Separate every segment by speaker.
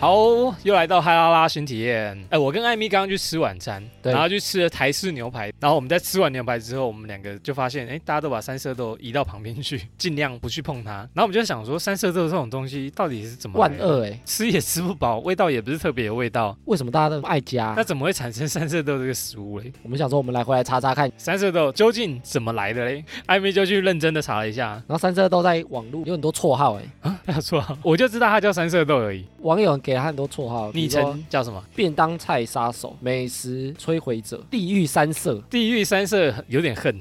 Speaker 1: 好，又来到哈拉拉新体验。哎、我跟艾米刚刚去吃晚餐，
Speaker 2: 对
Speaker 1: 然后去吃了台式牛排。然后我们在吃完牛排之后，我们两个就发现，哎、大家都把三色豆移到旁边去，尽量不去碰它。然后我们就在想说，三色豆这种东西到底是怎么来
Speaker 2: 万
Speaker 1: 的
Speaker 2: 恶哎、
Speaker 1: 吃也吃不饱，味道也不是特别有味道，
Speaker 2: 为什么大家都爱加、
Speaker 1: 那怎么会产生三色豆这个食物嘞？
Speaker 2: 我们想说，我们来回来查查看。
Speaker 1: 三色豆究竟怎么来的嘞？艾米就去认真的查了一下，
Speaker 2: 然后三色豆在网络有很多绰号哎、
Speaker 1: 没有错，我就知道它叫三色豆而已。
Speaker 2: 网友给他很多绰号，
Speaker 1: 昵
Speaker 2: 比如说
Speaker 1: 称叫什么？
Speaker 2: 便当菜杀手、美食摧毁者、地狱三色，
Speaker 1: 地狱三色有点恨，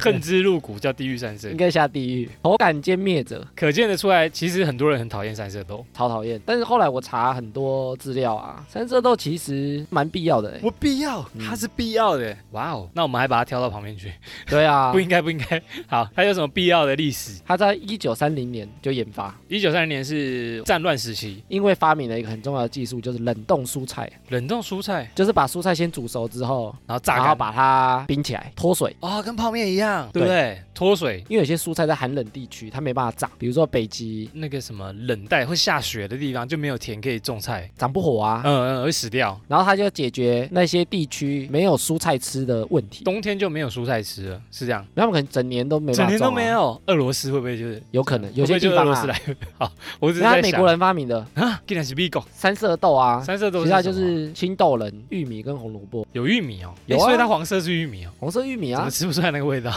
Speaker 1: 恨之入骨，叫地狱三色
Speaker 2: 应。该下地狱。口感歼灭者，
Speaker 1: 可见得出来，其实很多人很讨厌三色豆。
Speaker 2: 超讨厌。但是后来我查很多资料啊，三色豆其实蛮必要的哎、
Speaker 1: 我必要，
Speaker 2: 嗯
Speaker 1: 它是必要的。哇哦，那我们还把它挑到旁边去，
Speaker 2: 对啊
Speaker 1: 不。应该，不应该。 好，它有什么必要的历史？
Speaker 2: 他在一九三零年就研发，
Speaker 1: 一九三零年是战乱时期，
Speaker 2: 因为发明了一个很重要的技术，就是冷冻蔬菜，
Speaker 1: 冷冻蔬菜，
Speaker 2: 就是把蔬菜先煮熟之后，
Speaker 1: 然后榨
Speaker 2: 然后
Speaker 1: 干，
Speaker 2: 把它冰起来脱水，
Speaker 1: 哦，跟泡面一样，对不对？脱水。
Speaker 2: 因为有些蔬菜在寒冷地区它没办法长，比如说北极
Speaker 1: 那个什么冷带会下雪的地方就没有田可以种菜，
Speaker 2: 长不火啊
Speaker 1: 嗯，嗯，会死掉。
Speaker 2: 然后它就解决那些地区没有蔬菜吃的问题，
Speaker 1: 冬天就没有蔬菜吃了，是这样，
Speaker 2: 他们可能整年都没办法、
Speaker 1: 整
Speaker 2: 啊，
Speaker 1: 年都没，有。俄罗斯会不会就是
Speaker 2: 有可能有
Speaker 1: 会不
Speaker 2: 些
Speaker 1: 会
Speaker 2: 地
Speaker 1: 就俄
Speaker 2: 方
Speaker 1: 罗斯
Speaker 2: 啊，
Speaker 1: 来？ 好，我只是
Speaker 2: 那
Speaker 1: 在
Speaker 2: 美国
Speaker 1: 想
Speaker 2: 人发明的
Speaker 1: 啊，竟然是 B 狗，
Speaker 2: 三色豆啊，
Speaker 1: 三色豆
Speaker 2: 其
Speaker 1: 什么
Speaker 2: 他就是青豆仁、玉米跟红萝卜，
Speaker 1: 有玉米哦，
Speaker 2: 有
Speaker 1: 诶
Speaker 2: 啊
Speaker 1: 所以它黄色是玉米哦，
Speaker 2: 红色玉米
Speaker 1: 怎
Speaker 2: 啊
Speaker 1: 么，吃不出来那个味道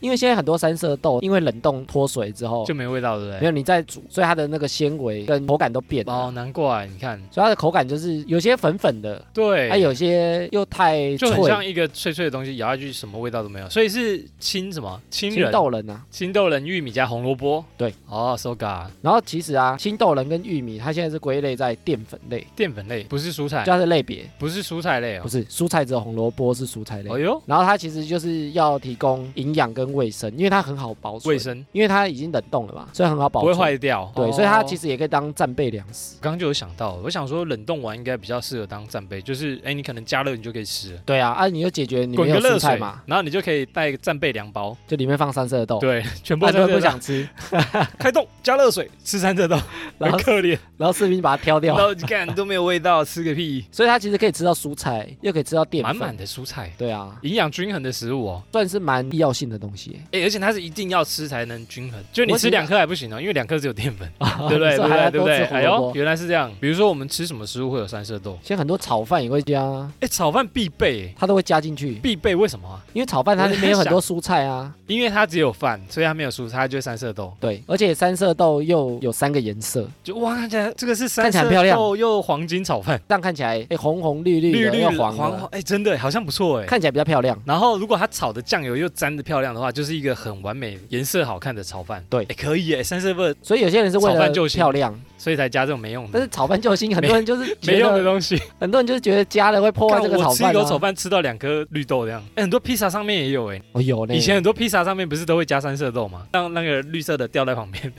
Speaker 2: 因为现在很多三色豆因为冷冻脱水之后
Speaker 1: 就没味道，对不
Speaker 2: 哦没
Speaker 1: 对？
Speaker 2: 有你再煮，所以它的那个纤维跟口感都变了。
Speaker 1: 哦，难怪你看，
Speaker 2: 所以它的口感就是有些粉粉的，
Speaker 1: 对，
Speaker 2: 它、有些又太
Speaker 1: 就很像
Speaker 2: 哎脆。
Speaker 1: 一个脆脆的东西，咬下去什么味道都没有，所以是青什么青
Speaker 2: 青
Speaker 1: 仁、
Speaker 2: 豆仁啊，
Speaker 1: 青豆仁、玉米加红萝卜，
Speaker 2: 对，
Speaker 1: 哦，so god，
Speaker 2: 然后其实啊，青豆仁跟玉米它现在是归类在淀粉类，
Speaker 1: 淀粉类不是蔬菜
Speaker 2: 就，它的类别，
Speaker 1: 不是蔬菜类
Speaker 2: 不
Speaker 1: 哦，
Speaker 2: 是蔬菜只有红萝卜是蔬菜类。
Speaker 1: 哎呦，
Speaker 2: 然后它其实就是要提供营养跟卫生，因为它很好保存，
Speaker 1: 卫生
Speaker 2: 因为它已经冷冻了嘛，所以很好保
Speaker 1: 不
Speaker 2: 存，
Speaker 1: 会坏哦掉，
Speaker 2: 对，所以它其
Speaker 1: 实。
Speaker 2: 实也可以当战备粮食。
Speaker 1: 我刚刚就有想到，我想说冷冻完应该比较适合当战备，就是哎，你可能加热你就可以吃了，
Speaker 2: 对啊，啊，你就解决你
Speaker 1: 滚
Speaker 2: 没有
Speaker 1: 个热水
Speaker 2: 蔬菜嘛，，哦
Speaker 1: 然后你就可以带一个战备两包，
Speaker 2: 就里面放三色 豆，
Speaker 1: 对，全部
Speaker 2: 很多
Speaker 1: 都
Speaker 2: 人不想 吃，
Speaker 1: 开动加热水，吃三 色豆，很
Speaker 2: 然后
Speaker 1: 可怜，
Speaker 2: 然后士兵把它挑掉
Speaker 1: 然，后干都没有味道，吃个屁，
Speaker 2: 所以它其实可以吃到蔬菜，又可以吃到淀
Speaker 1: 满
Speaker 2: 粉，
Speaker 1: 满的蔬菜，
Speaker 2: 对啊，
Speaker 1: 营养均衡的食物哦。
Speaker 2: 算是蛮必要性的东西。
Speaker 1: 哎，而且它是一定要吃才能均衡，就你
Speaker 2: 我
Speaker 1: 吃
Speaker 2: 只
Speaker 1: 两颗还不行哦，因为两颗只有淀 粉，对不
Speaker 2: 你
Speaker 1: 对？对
Speaker 2: 说
Speaker 1: 不
Speaker 2: 还
Speaker 1: 对？
Speaker 2: 要
Speaker 1: 对不
Speaker 2: 多吃
Speaker 1: 对？
Speaker 2: 胡
Speaker 1: 哎
Speaker 2: 萝
Speaker 1: 呦
Speaker 2: 卜，
Speaker 1: 原来是这样。比如说我们吃什么食物会有三色 豆？
Speaker 2: 现在很多炒饭也会加，
Speaker 1: 哎，炒饭必备，
Speaker 2: 它都会加进去，
Speaker 1: 必备为什么啊？
Speaker 2: 因为炒饭它
Speaker 1: 我
Speaker 2: 里
Speaker 1: 在
Speaker 2: 面有很
Speaker 1: 想
Speaker 2: 多蔬菜啊，
Speaker 1: 因为它只有饭，所以它没有蔬菜，它就是三色豆。
Speaker 2: 对，而且三色豆又有三个颜色，
Speaker 1: 就哇，看起来这个是三
Speaker 2: 看起来
Speaker 1: 色
Speaker 2: 很漂亮
Speaker 1: 豆又黄金炒饭，
Speaker 2: 这样看起来，哎，红红绿绿
Speaker 1: 绿
Speaker 2: 的，
Speaker 1: 绿
Speaker 2: 又
Speaker 1: 的
Speaker 2: 黄
Speaker 1: 黄，
Speaker 2: 的，
Speaker 1: 哎，真的好像不错哎。
Speaker 2: 看起来比较漂亮。
Speaker 1: 然后如果它炒的酱油又沾的漂亮的话，就是一个很完美、颜色好看的炒饭。
Speaker 2: 对
Speaker 1: 诶可以耶，三色豆，
Speaker 2: 所以有些人是为
Speaker 1: 炒饭
Speaker 2: 了
Speaker 1: 救星
Speaker 2: 漂亮，
Speaker 1: 所以才加这种没用
Speaker 2: 但
Speaker 1: 的
Speaker 2: 是、炒饭救星，很多人就是
Speaker 1: 没
Speaker 2: 觉
Speaker 1: 用的
Speaker 2: 得，
Speaker 1: 东西。
Speaker 2: 很多人就是觉得加了会破坏这个
Speaker 1: 干
Speaker 2: 炒
Speaker 1: 我吃一
Speaker 2: 饭
Speaker 1: 口炒
Speaker 2: 啊。
Speaker 1: 饭吃到两颗绿豆这样。哎，很多披萨上面也有哎，
Speaker 2: 哦，有呢，
Speaker 1: 以前很多披萨上面不是都会加三色豆吗？让那个绿色的掉在旁 边，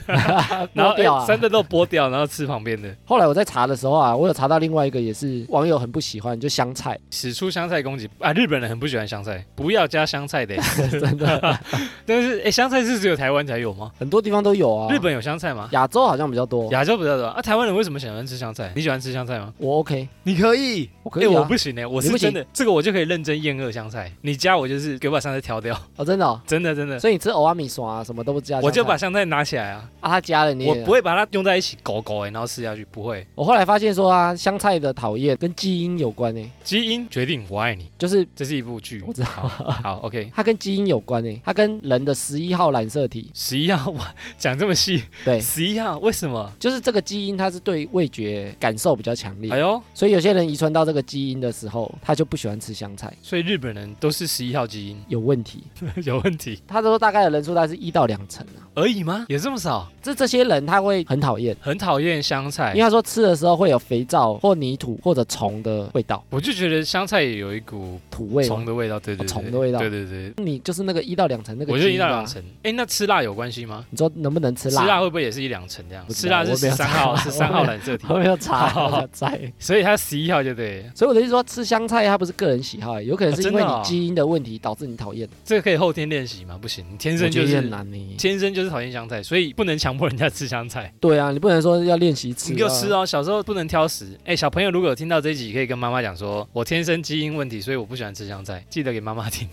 Speaker 1: 然后
Speaker 2: 剥掉
Speaker 1: 诶
Speaker 2: 啊。
Speaker 1: 三色豆剥掉，然后吃旁边的。
Speaker 2: 后来我在查的时候啊，我有查到另外一个也是网友很不喜欢，就香菜，
Speaker 1: 使出香菜攻击啊！日本人很不喜欢香菜，不要加香菜的耶。
Speaker 2: 真的
Speaker 1: 但是哎，诶香菜是只有台湾才有吗？
Speaker 2: 很多地方都有啊。
Speaker 1: 日本有香菜吗？
Speaker 2: 亚洲好像比较多，
Speaker 1: 亚洲不知道的啊，台湾人为什么喜欢吃香菜？你喜欢吃香菜吗？
Speaker 2: 我 OK，
Speaker 1: 你可以，
Speaker 2: 我可
Speaker 1: 哎、
Speaker 2: 以
Speaker 1: 我
Speaker 2: 啊
Speaker 1: 不。行哎、我
Speaker 2: 你
Speaker 1: 是
Speaker 2: 不
Speaker 1: 真
Speaker 2: 行
Speaker 1: 的，这个我就可以认真厌恶香菜。你加我就是给我把香菜挑掉，
Speaker 2: 哦，真的哦。
Speaker 1: 真的真的，
Speaker 2: 所以你吃欧阿米爽啊，什么都不加香菜，
Speaker 1: 我就把香菜拿起来啊，
Speaker 2: 啊他加了你也
Speaker 1: 我不会把它用在一起狗狗哎、然后吃下去，不会。
Speaker 2: 我后来发现说啊，香菜的讨厌跟基因有关诶、欸
Speaker 1: 基因决定我爱你，
Speaker 2: 就是
Speaker 1: 这是一部剧
Speaker 2: 我。知道
Speaker 1: 好，OK，
Speaker 2: 它跟基因有关诶、它跟人的十一号染色体，
Speaker 1: 十一号哇，讲这么细，
Speaker 2: 对，
Speaker 1: 十一号为什么？
Speaker 2: 就是这个基因它是对味觉感受比较强
Speaker 1: 哎
Speaker 2: 烈，
Speaker 1: 呦，
Speaker 2: 所以有些人遗传到这个基因的时候，他就不喜欢吃香菜，
Speaker 1: 所以日本人都是十一号基因
Speaker 2: 有问题。
Speaker 1: 有问题
Speaker 2: 他说大概的人数大概是一到两成啊，
Speaker 1: 而已吗？也这么少，
Speaker 2: 这这些人他会很讨厌，
Speaker 1: 很讨厌香菜
Speaker 2: 因为。他说吃的时候会有肥皂或泥土或者虫的味道，
Speaker 1: 我就觉得香菜也有一股
Speaker 2: 土味嘛。
Speaker 1: 虫的味道，对对对，
Speaker 2: 虫的味道
Speaker 1: 对对对，
Speaker 2: 你就是那个一到两成那个，
Speaker 1: 我觉得一到两。成。哎，那吃辣有关系吗？
Speaker 2: 你说能不能吃
Speaker 1: 吃
Speaker 2: 辣？
Speaker 1: 辣会不会也是一两层这样？
Speaker 2: 不
Speaker 1: 吃
Speaker 2: 知
Speaker 1: 辣
Speaker 2: 道
Speaker 1: 是十三
Speaker 2: 我
Speaker 1: 号，
Speaker 2: 没有
Speaker 1: 十三号染色体，
Speaker 2: 我没有查，
Speaker 1: 好
Speaker 2: 我没有在。
Speaker 1: 所以它十一号就对了。
Speaker 2: 所以我的意思说，吃香菜它不是个人喜好，有可能
Speaker 1: 啊
Speaker 2: 是
Speaker 1: 真
Speaker 2: 因
Speaker 1: 的
Speaker 2: 为
Speaker 1: 哦
Speaker 2: 你基因的问题导致你讨厌。
Speaker 1: 这个可以后天练习吗？不行，你天
Speaker 2: 我
Speaker 1: 生
Speaker 2: 觉
Speaker 1: 就
Speaker 2: 得也很
Speaker 1: 是
Speaker 2: 难呢。
Speaker 1: 天生就是就是讨厌香菜，所以不能强迫人家吃香菜。
Speaker 2: 对啊，你不能说要练习吃、啊，
Speaker 1: 你就吃哦，小时候不能挑食。哎、小朋友如果有听到这一集，可以跟妈妈讲说，我天生基因问题，所以我不喜欢吃香菜，记得给妈妈听，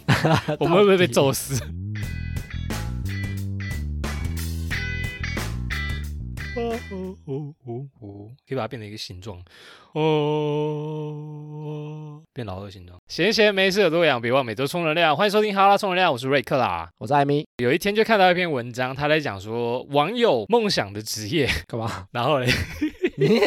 Speaker 1: 我们会不会被揍死？哦哦哦哦哦，可以把它变成一个形状，哦，变老二形状。闲闲没事有多养，别忘每周充能量。欢迎收听哈拉充能量，我是瑞克啦。
Speaker 2: 我是艾米，
Speaker 1: 有一天就看到一篇文章，他在讲说网友梦想的职业，
Speaker 2: 干嘛？
Speaker 1: 然后嘞，
Speaker 2: 你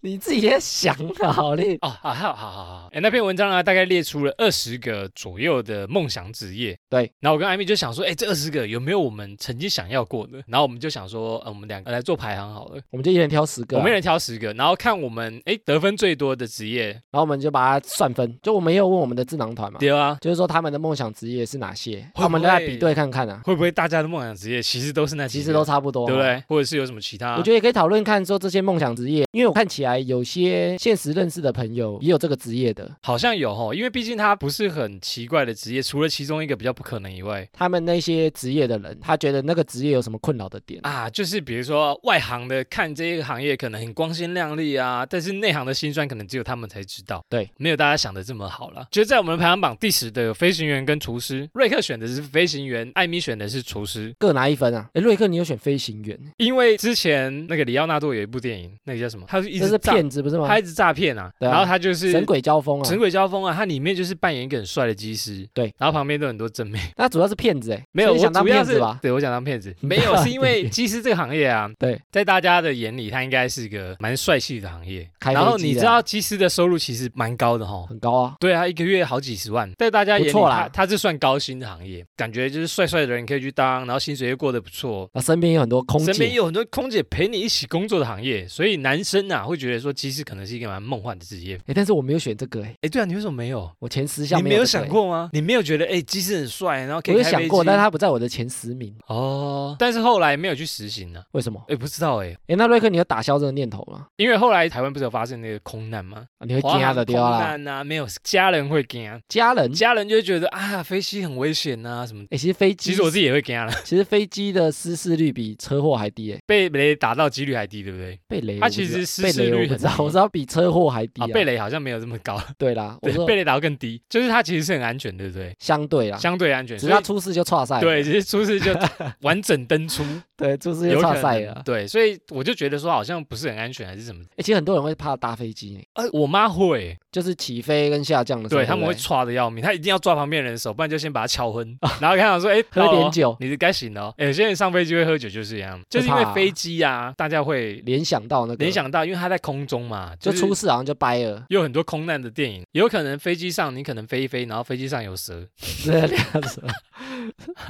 Speaker 2: 你自己也想好嘞。
Speaker 1: 哦，好好好好好，哎，那篇文章呢，大概列出了二十个左右的梦想职业。
Speaker 2: 对，
Speaker 1: 然后我跟艾米就想说，哎，这二十个有没有我们曾经想要过的？然后我们就想说，呃，我们两个来做排行好了，
Speaker 2: 我们就一人挑十个
Speaker 1: 我
Speaker 2: 啊、
Speaker 1: 们一人挑十个，然后看我们哎得分最多的职业。
Speaker 2: 然后我们就把它算分。就我们也有问我们的智囊团嘛，
Speaker 1: 对啊，
Speaker 2: 就是说他们的梦想职业是哪些，
Speaker 1: 会
Speaker 2: 我们
Speaker 1: 不
Speaker 2: 来
Speaker 1: 会
Speaker 2: 比对看看啊，
Speaker 1: 会不会大家的梦想职业其实都是那几
Speaker 2: 其
Speaker 1: 个
Speaker 2: 实都差不多，啊
Speaker 1: 对啊不？对？或者是有什么其他？
Speaker 2: 我觉得也可以讨论看说这些梦想职业，因为我看起来有些现实认识的朋友也有这个职业的，
Speaker 1: 好像有吼，因为毕竟它不是很奇怪的职业，除了其中一个比较不可能以外
Speaker 2: 他们那些职业的人，他觉得那个职业有什么困扰的点，
Speaker 1: 啊，就是比如说外行的看这个行业可能很光鲜亮丽啊，但是内行的辛酸可能只有他们才知道。
Speaker 2: 对，
Speaker 1: 没有大家想的这么好啦。觉得在我们排行榜第十的有飞行员跟厨师，瑞克选的是飞行员，艾米选的是厨师，
Speaker 2: 各拿一分啊。诶，瑞克，你有选飞行员，
Speaker 1: 因为之前那个里奥纳多有一部电影，那个叫什么？他是一
Speaker 2: 这
Speaker 1: 直
Speaker 2: 是
Speaker 1: 诈，
Speaker 2: 骗子不是吗
Speaker 1: 他？一直诈骗啊，
Speaker 2: 对啊
Speaker 1: 然后他就是
Speaker 2: 神鬼交锋啊，
Speaker 1: 神鬼交锋啊，它里面就是扮演一个很帅的技师，
Speaker 2: 对，
Speaker 1: 然后旁边都有很多正妹，
Speaker 2: 那主要是骗子哎、
Speaker 1: 没有，
Speaker 2: 所以
Speaker 1: 我
Speaker 2: 想当
Speaker 1: 主要
Speaker 2: 骗
Speaker 1: 是
Speaker 2: 子吧？
Speaker 1: 对我想当骗子，没 有，是因为技师这个行业啊，
Speaker 2: 对，
Speaker 1: 在大家的眼里，它应该是个蛮帅气的行业。
Speaker 2: 开飞机的啊
Speaker 1: 然后你知道技师的收入其实蛮高的哈。
Speaker 2: 很高啊，
Speaker 1: 对啊，一个月好几十万，在大家眼里，
Speaker 2: 不错啦
Speaker 1: 他他是算高薪的行业，感觉就是帅帅的人可以去当，然后薪水又过得不错，
Speaker 2: 那身边有很多空
Speaker 1: 身边
Speaker 2: 姐，
Speaker 1: 有很多空姐陪你一起工作的行业，所以男生啊会觉得说技师可能是一个蛮梦幻的职业。
Speaker 2: 哎，但是我没有选这个哎、
Speaker 1: 哎，对啊，你为什么没有？
Speaker 2: 我前十项
Speaker 1: 你
Speaker 2: 没
Speaker 1: 没有
Speaker 2: 这个
Speaker 1: 想
Speaker 2: 欸，
Speaker 1: 过吗？你没有觉得哎，机师很帅，然后可
Speaker 2: 我
Speaker 1: 以
Speaker 2: 有
Speaker 1: 开
Speaker 2: 想
Speaker 1: 飞
Speaker 2: 过，
Speaker 1: 机
Speaker 2: 但是他不在我的前十名，
Speaker 1: 哦，但是后来没有去实行呢、
Speaker 2: 为什么？
Speaker 1: 哎，不知道哎、
Speaker 2: 哎，那瑞克，你有打消这个念头吗？
Speaker 1: 因为后来台湾不是有发生那个空难吗？
Speaker 2: 啊你会
Speaker 1: 华
Speaker 2: 惊
Speaker 1: 航
Speaker 2: 的
Speaker 1: 空
Speaker 2: 掉啦，
Speaker 1: 难啊，没有家人会惊啊，
Speaker 2: 家人。
Speaker 1: 家人就会觉得啊，飞机很危险啊什么的。
Speaker 2: 哎、其实飞机，
Speaker 1: 其实我自己也会 惊了，
Speaker 2: 其实飞机的失事率比车祸还低、欸，
Speaker 1: 被雷打到几率还低，对不对？
Speaker 2: 被雷我
Speaker 1: 它
Speaker 2: 不知
Speaker 1: 其
Speaker 2: 道，
Speaker 1: 实失
Speaker 2: 被
Speaker 1: 事
Speaker 2: 雷我
Speaker 1: 率
Speaker 2: 不
Speaker 1: 很
Speaker 2: 知道，
Speaker 1: 低
Speaker 2: 我知道比车祸还低、
Speaker 1: 啊，被雷好像没有这么高，
Speaker 2: 对啦，我
Speaker 1: 对，
Speaker 2: 说
Speaker 1: 被雷打到更低，就是它其实是很安全，对不对？
Speaker 2: 相对啦，
Speaker 1: 相对安全，
Speaker 2: 只
Speaker 1: 所
Speaker 2: 是他
Speaker 1: 以
Speaker 2: 出事就岔赛，
Speaker 1: 对，只是出事就 完整登出，
Speaker 2: 对，出事
Speaker 1: 有
Speaker 2: 就岔
Speaker 1: 可
Speaker 2: 赛
Speaker 1: 能
Speaker 2: 了。
Speaker 1: 对，所以我就觉得说好像不是很安全，还是什么的。
Speaker 2: 啊哎、其实很多人会怕搭飞机、欸，
Speaker 1: 呃，我妈会，
Speaker 2: 就是起飞跟下降的时候，
Speaker 1: 对
Speaker 2: 对
Speaker 1: 他们
Speaker 2: 不
Speaker 1: 会
Speaker 2: 对
Speaker 1: 歘的要命，他一定要抓旁边人的手，不然就先把他敲 昏，然后跟他讲说，哎、
Speaker 2: 喝
Speaker 1: 到了哦
Speaker 2: 点酒
Speaker 1: 你是该醒了哦、哎有些人上飞机会喝酒就是这样，就是因为
Speaker 2: 怕啊
Speaker 1: 飞机啊，大家会
Speaker 2: 联想到那个，
Speaker 1: 联想到，因为它在空中嘛，
Speaker 2: 就
Speaker 1: 就是
Speaker 2: 出事好像就掰 了
Speaker 1: 有很多空难的电影，有可能飞机上你可能飞一飞，然后飞机上有蛇，
Speaker 2: 这
Speaker 1: 啊
Speaker 2: 样子。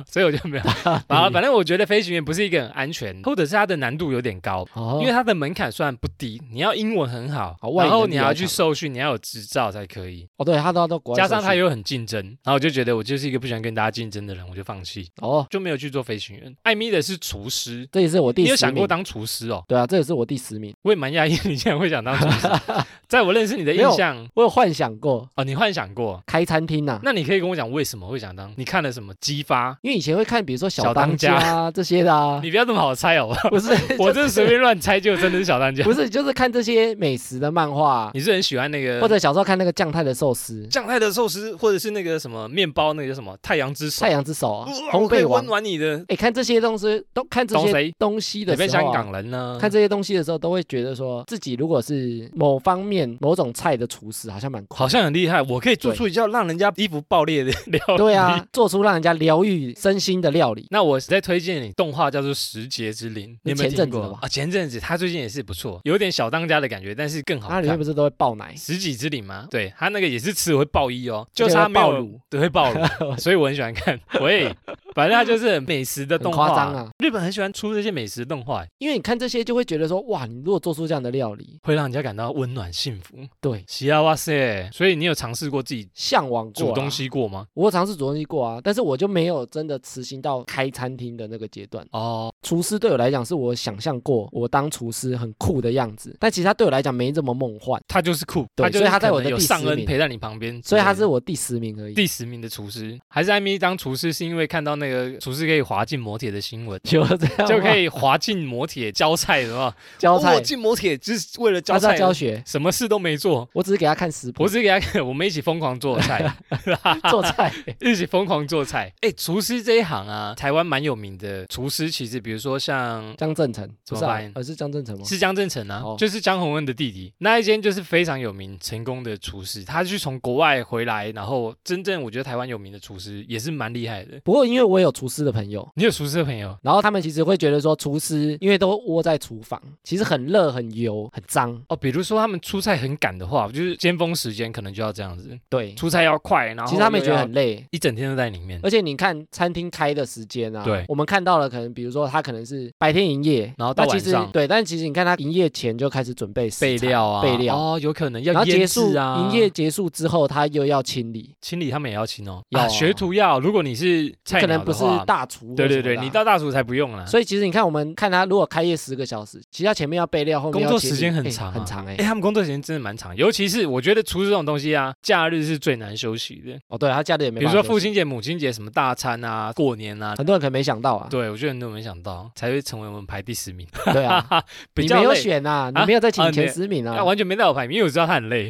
Speaker 1: 所以我 就没有。反正反正我觉得飞行员不是一个很安全，或者是它的难度有点高。
Speaker 2: 哦，
Speaker 1: 因为它的门槛虽然不低，你要英文很好
Speaker 2: 好，外语
Speaker 1: 然后
Speaker 2: 能力
Speaker 1: 你还要
Speaker 2: 要
Speaker 1: 去
Speaker 2: 强
Speaker 1: 受训，你要有执照才可以。
Speaker 2: 哦，对他都要到国外
Speaker 1: 加
Speaker 2: 受训，
Speaker 1: 上他又很竞争，然后我就觉得我就是一个不喜欢跟大家竞争的人，我就放弃，
Speaker 2: 哦，
Speaker 1: 就没有去做飞行员。艾米的是厨师，
Speaker 2: 这也是我第
Speaker 1: 你
Speaker 2: 十
Speaker 1: 有
Speaker 2: 名。
Speaker 1: 想过当厨师哦？
Speaker 2: 对啊，这也是我第十名。
Speaker 1: 我也蛮讶异你竟然会想当厨 师，在我认识你的印象
Speaker 2: 我有幻想过
Speaker 1: 哦，你幻想过？
Speaker 2: 开餐厅呐、
Speaker 1: 那你可以跟我讲为什么会想当？你看了什么激发？
Speaker 2: 因为以前会看，比如说
Speaker 1: 小
Speaker 2: 小
Speaker 1: 当
Speaker 2: 当家啊这些的啊，
Speaker 1: 你不要这么好猜 好不好？
Speaker 2: 不是，
Speaker 1: 我
Speaker 2: 就
Speaker 1: 这随便乱猜就真的是小当家。
Speaker 2: 不是，就是看这些美食的漫画、啊
Speaker 1: 你是很喜欢那
Speaker 2: 或
Speaker 1: 个
Speaker 2: 者小时候看那个酱太的寿司、
Speaker 1: 酱太的寿司，或者是那个什么面包，那个叫什么太阳之手
Speaker 2: 太，阳之手啊、
Speaker 1: 哇
Speaker 2: 烘
Speaker 1: 我可以
Speaker 2: 焙王
Speaker 1: 温。暖你的。
Speaker 2: 哎、看这些东西，都看这
Speaker 1: 懂
Speaker 2: 些
Speaker 1: 谁
Speaker 2: 东西
Speaker 1: 你
Speaker 2: 的时候、
Speaker 1: 被
Speaker 2: 啊，
Speaker 1: 香港人呢？
Speaker 2: 看这些东西的时候，都会觉得说自己如果是某方面某种菜的厨师，好像蛮酷的。
Speaker 1: 好像很厉害，我可以做出一道让人家衣服爆裂的 料理。
Speaker 2: 对啊，做出让人家疗愈身心的料理。
Speaker 1: 那我再推荐你动画叫做《十节之灵》，你有没有
Speaker 2: 前
Speaker 1: 听
Speaker 2: 阵子
Speaker 1: 过
Speaker 2: 的吧
Speaker 1: 啊？前阵子他最近也是不错，有点小当家的感觉，但是更好
Speaker 2: 它里面
Speaker 1: 看
Speaker 2: 不。是都会爆奶，
Speaker 1: 十几之灵吗？对他那个也是吃了会爆衣 哦，就是
Speaker 2: 而且
Speaker 1: 他
Speaker 2: 会
Speaker 1: 没
Speaker 2: 爆
Speaker 1: 有
Speaker 2: 乳，
Speaker 1: 对会爆 乳，所以我很喜欢看。喂，反正他就是美食的动画，
Speaker 2: 很夸张啊
Speaker 1: 日本很喜欢出这些美食动画，
Speaker 2: 因为你看这些就会觉得说，哇，你如果做出这样的料理，
Speaker 1: 会让人家感到温暖幸福。
Speaker 2: 对，
Speaker 1: 喜啊哇塞！所以你有尝试过自己
Speaker 2: 向往过
Speaker 1: 煮
Speaker 2: 啊
Speaker 1: 东。西过吗？
Speaker 2: 我有尝试煮东西过啊，但是我就没有真的执行到开餐厅的那个阶段。
Speaker 1: 哦，
Speaker 2: 厨师对我来讲，是我想象过我当厨师很酷的样子，但其实他对我来讲没这么梦幻，
Speaker 1: 他就是酷，
Speaker 2: 对
Speaker 1: 他就是
Speaker 2: 所以他在我
Speaker 1: 可能
Speaker 2: 的
Speaker 1: 有
Speaker 2: 第十
Speaker 1: 上恩
Speaker 2: 名
Speaker 1: 陪在你旁边之类的，
Speaker 2: 所以他是我第十名而已。。
Speaker 1: 第十名的厨师，还是艾米当厨师是因为看到那那个厨师可以滑进磨铁的新闻
Speaker 2: 就这样
Speaker 1: 就可
Speaker 2: 以
Speaker 1: 以滑进磨铁教菜的话，
Speaker 2: 教
Speaker 1: 哦
Speaker 2: 菜
Speaker 1: 我，进磨铁就是为了教
Speaker 2: 他是要
Speaker 1: 菜，
Speaker 2: 教学。
Speaker 1: 什么事都没做，
Speaker 2: 我只是给他看食谱
Speaker 1: 我只是给他看，我们一起疯狂做菜，
Speaker 2: 做菜，
Speaker 1: 一起疯狂做 菜。哎，厨师这一行啊，台湾蛮有名的厨师，其实比如说像
Speaker 2: 江正成不是
Speaker 1: 怎么
Speaker 2: 啊
Speaker 1: 办，
Speaker 2: 而是江正成吗？
Speaker 1: 是江正成啊，
Speaker 2: 哦
Speaker 1: 就是江宏恩的弟弟。那一间就是非常有名、成功的厨师，他是从国外回来，然后真正我觉得台湾有名的厨师也是蛮厉害的。
Speaker 2: 不过因为我有厨师的朋友，
Speaker 1: 你有厨师的朋友，
Speaker 2: 然后他们其实会觉得说，厨师因为都窝在厨房，其实很热、很油、很脏。
Speaker 1: 哦，比如说他们出差很赶的话，就是尖峰时间可能就要这样子，
Speaker 2: 对，
Speaker 1: 出差要快，然后
Speaker 2: 嗯其实他们
Speaker 1: 又
Speaker 2: 也觉得
Speaker 1: 要
Speaker 2: 很呃累。
Speaker 1: 一整天都在里面，
Speaker 2: 而且你看餐厅开的时间啊，
Speaker 1: 对
Speaker 2: 我们看到了，可能比如说他可能是白天营业，
Speaker 1: 然后到
Speaker 2: 但其实
Speaker 1: 晚上
Speaker 2: 对，但其实你看他营业前就开始准备食材
Speaker 1: 备，料啊，
Speaker 2: 备料
Speaker 1: 哦，有可能
Speaker 2: 然
Speaker 1: 要
Speaker 2: 后
Speaker 1: 腌
Speaker 2: 结束
Speaker 1: 制啊，
Speaker 2: 营业结束之后他又要清理，
Speaker 1: 清理他们也要清哦，
Speaker 2: 要
Speaker 1: 啊，
Speaker 2: 啊
Speaker 1: 学徒要，如果你是菜
Speaker 2: 可
Speaker 1: 鸟
Speaker 2: 能不
Speaker 1: 的
Speaker 2: 是
Speaker 1: 话，
Speaker 2: 大厨或什么的啊，
Speaker 1: 对对对，你到大厨才不用啦。
Speaker 2: 所以其实你看，我们看他如果开业十个小时，其实他前面要备料，后面
Speaker 1: 工
Speaker 2: 要
Speaker 1: 作
Speaker 2: 切
Speaker 1: 时间
Speaker 2: 片
Speaker 1: 很
Speaker 2: 哎
Speaker 1: 长啊
Speaker 2: 很长哎、
Speaker 1: 哎、他们工作时间真的蛮长，尤其是我觉得厨师这种东西啊，假日是最难休息的。
Speaker 2: 哦，对，他家里也没
Speaker 1: 比
Speaker 2: 办
Speaker 1: 如
Speaker 2: 法
Speaker 1: 说
Speaker 2: 休息。
Speaker 1: 父亲节、母亲节什么大餐啊，过年啊，
Speaker 2: 很多人可能没想到啊，
Speaker 1: 对我觉得很多人没想到，才会成为我们排第十 名，
Speaker 2: 对啊，
Speaker 1: 比
Speaker 2: 你
Speaker 1: 较
Speaker 2: 没有
Speaker 1: 累。
Speaker 2: 选啊，
Speaker 1: 啊
Speaker 2: 你没有在
Speaker 1: 啊
Speaker 2: 请前
Speaker 1: 你
Speaker 2: 十名
Speaker 1: 那
Speaker 2: 啊，
Speaker 1: 完全没在我排名，因为我知道他很 累，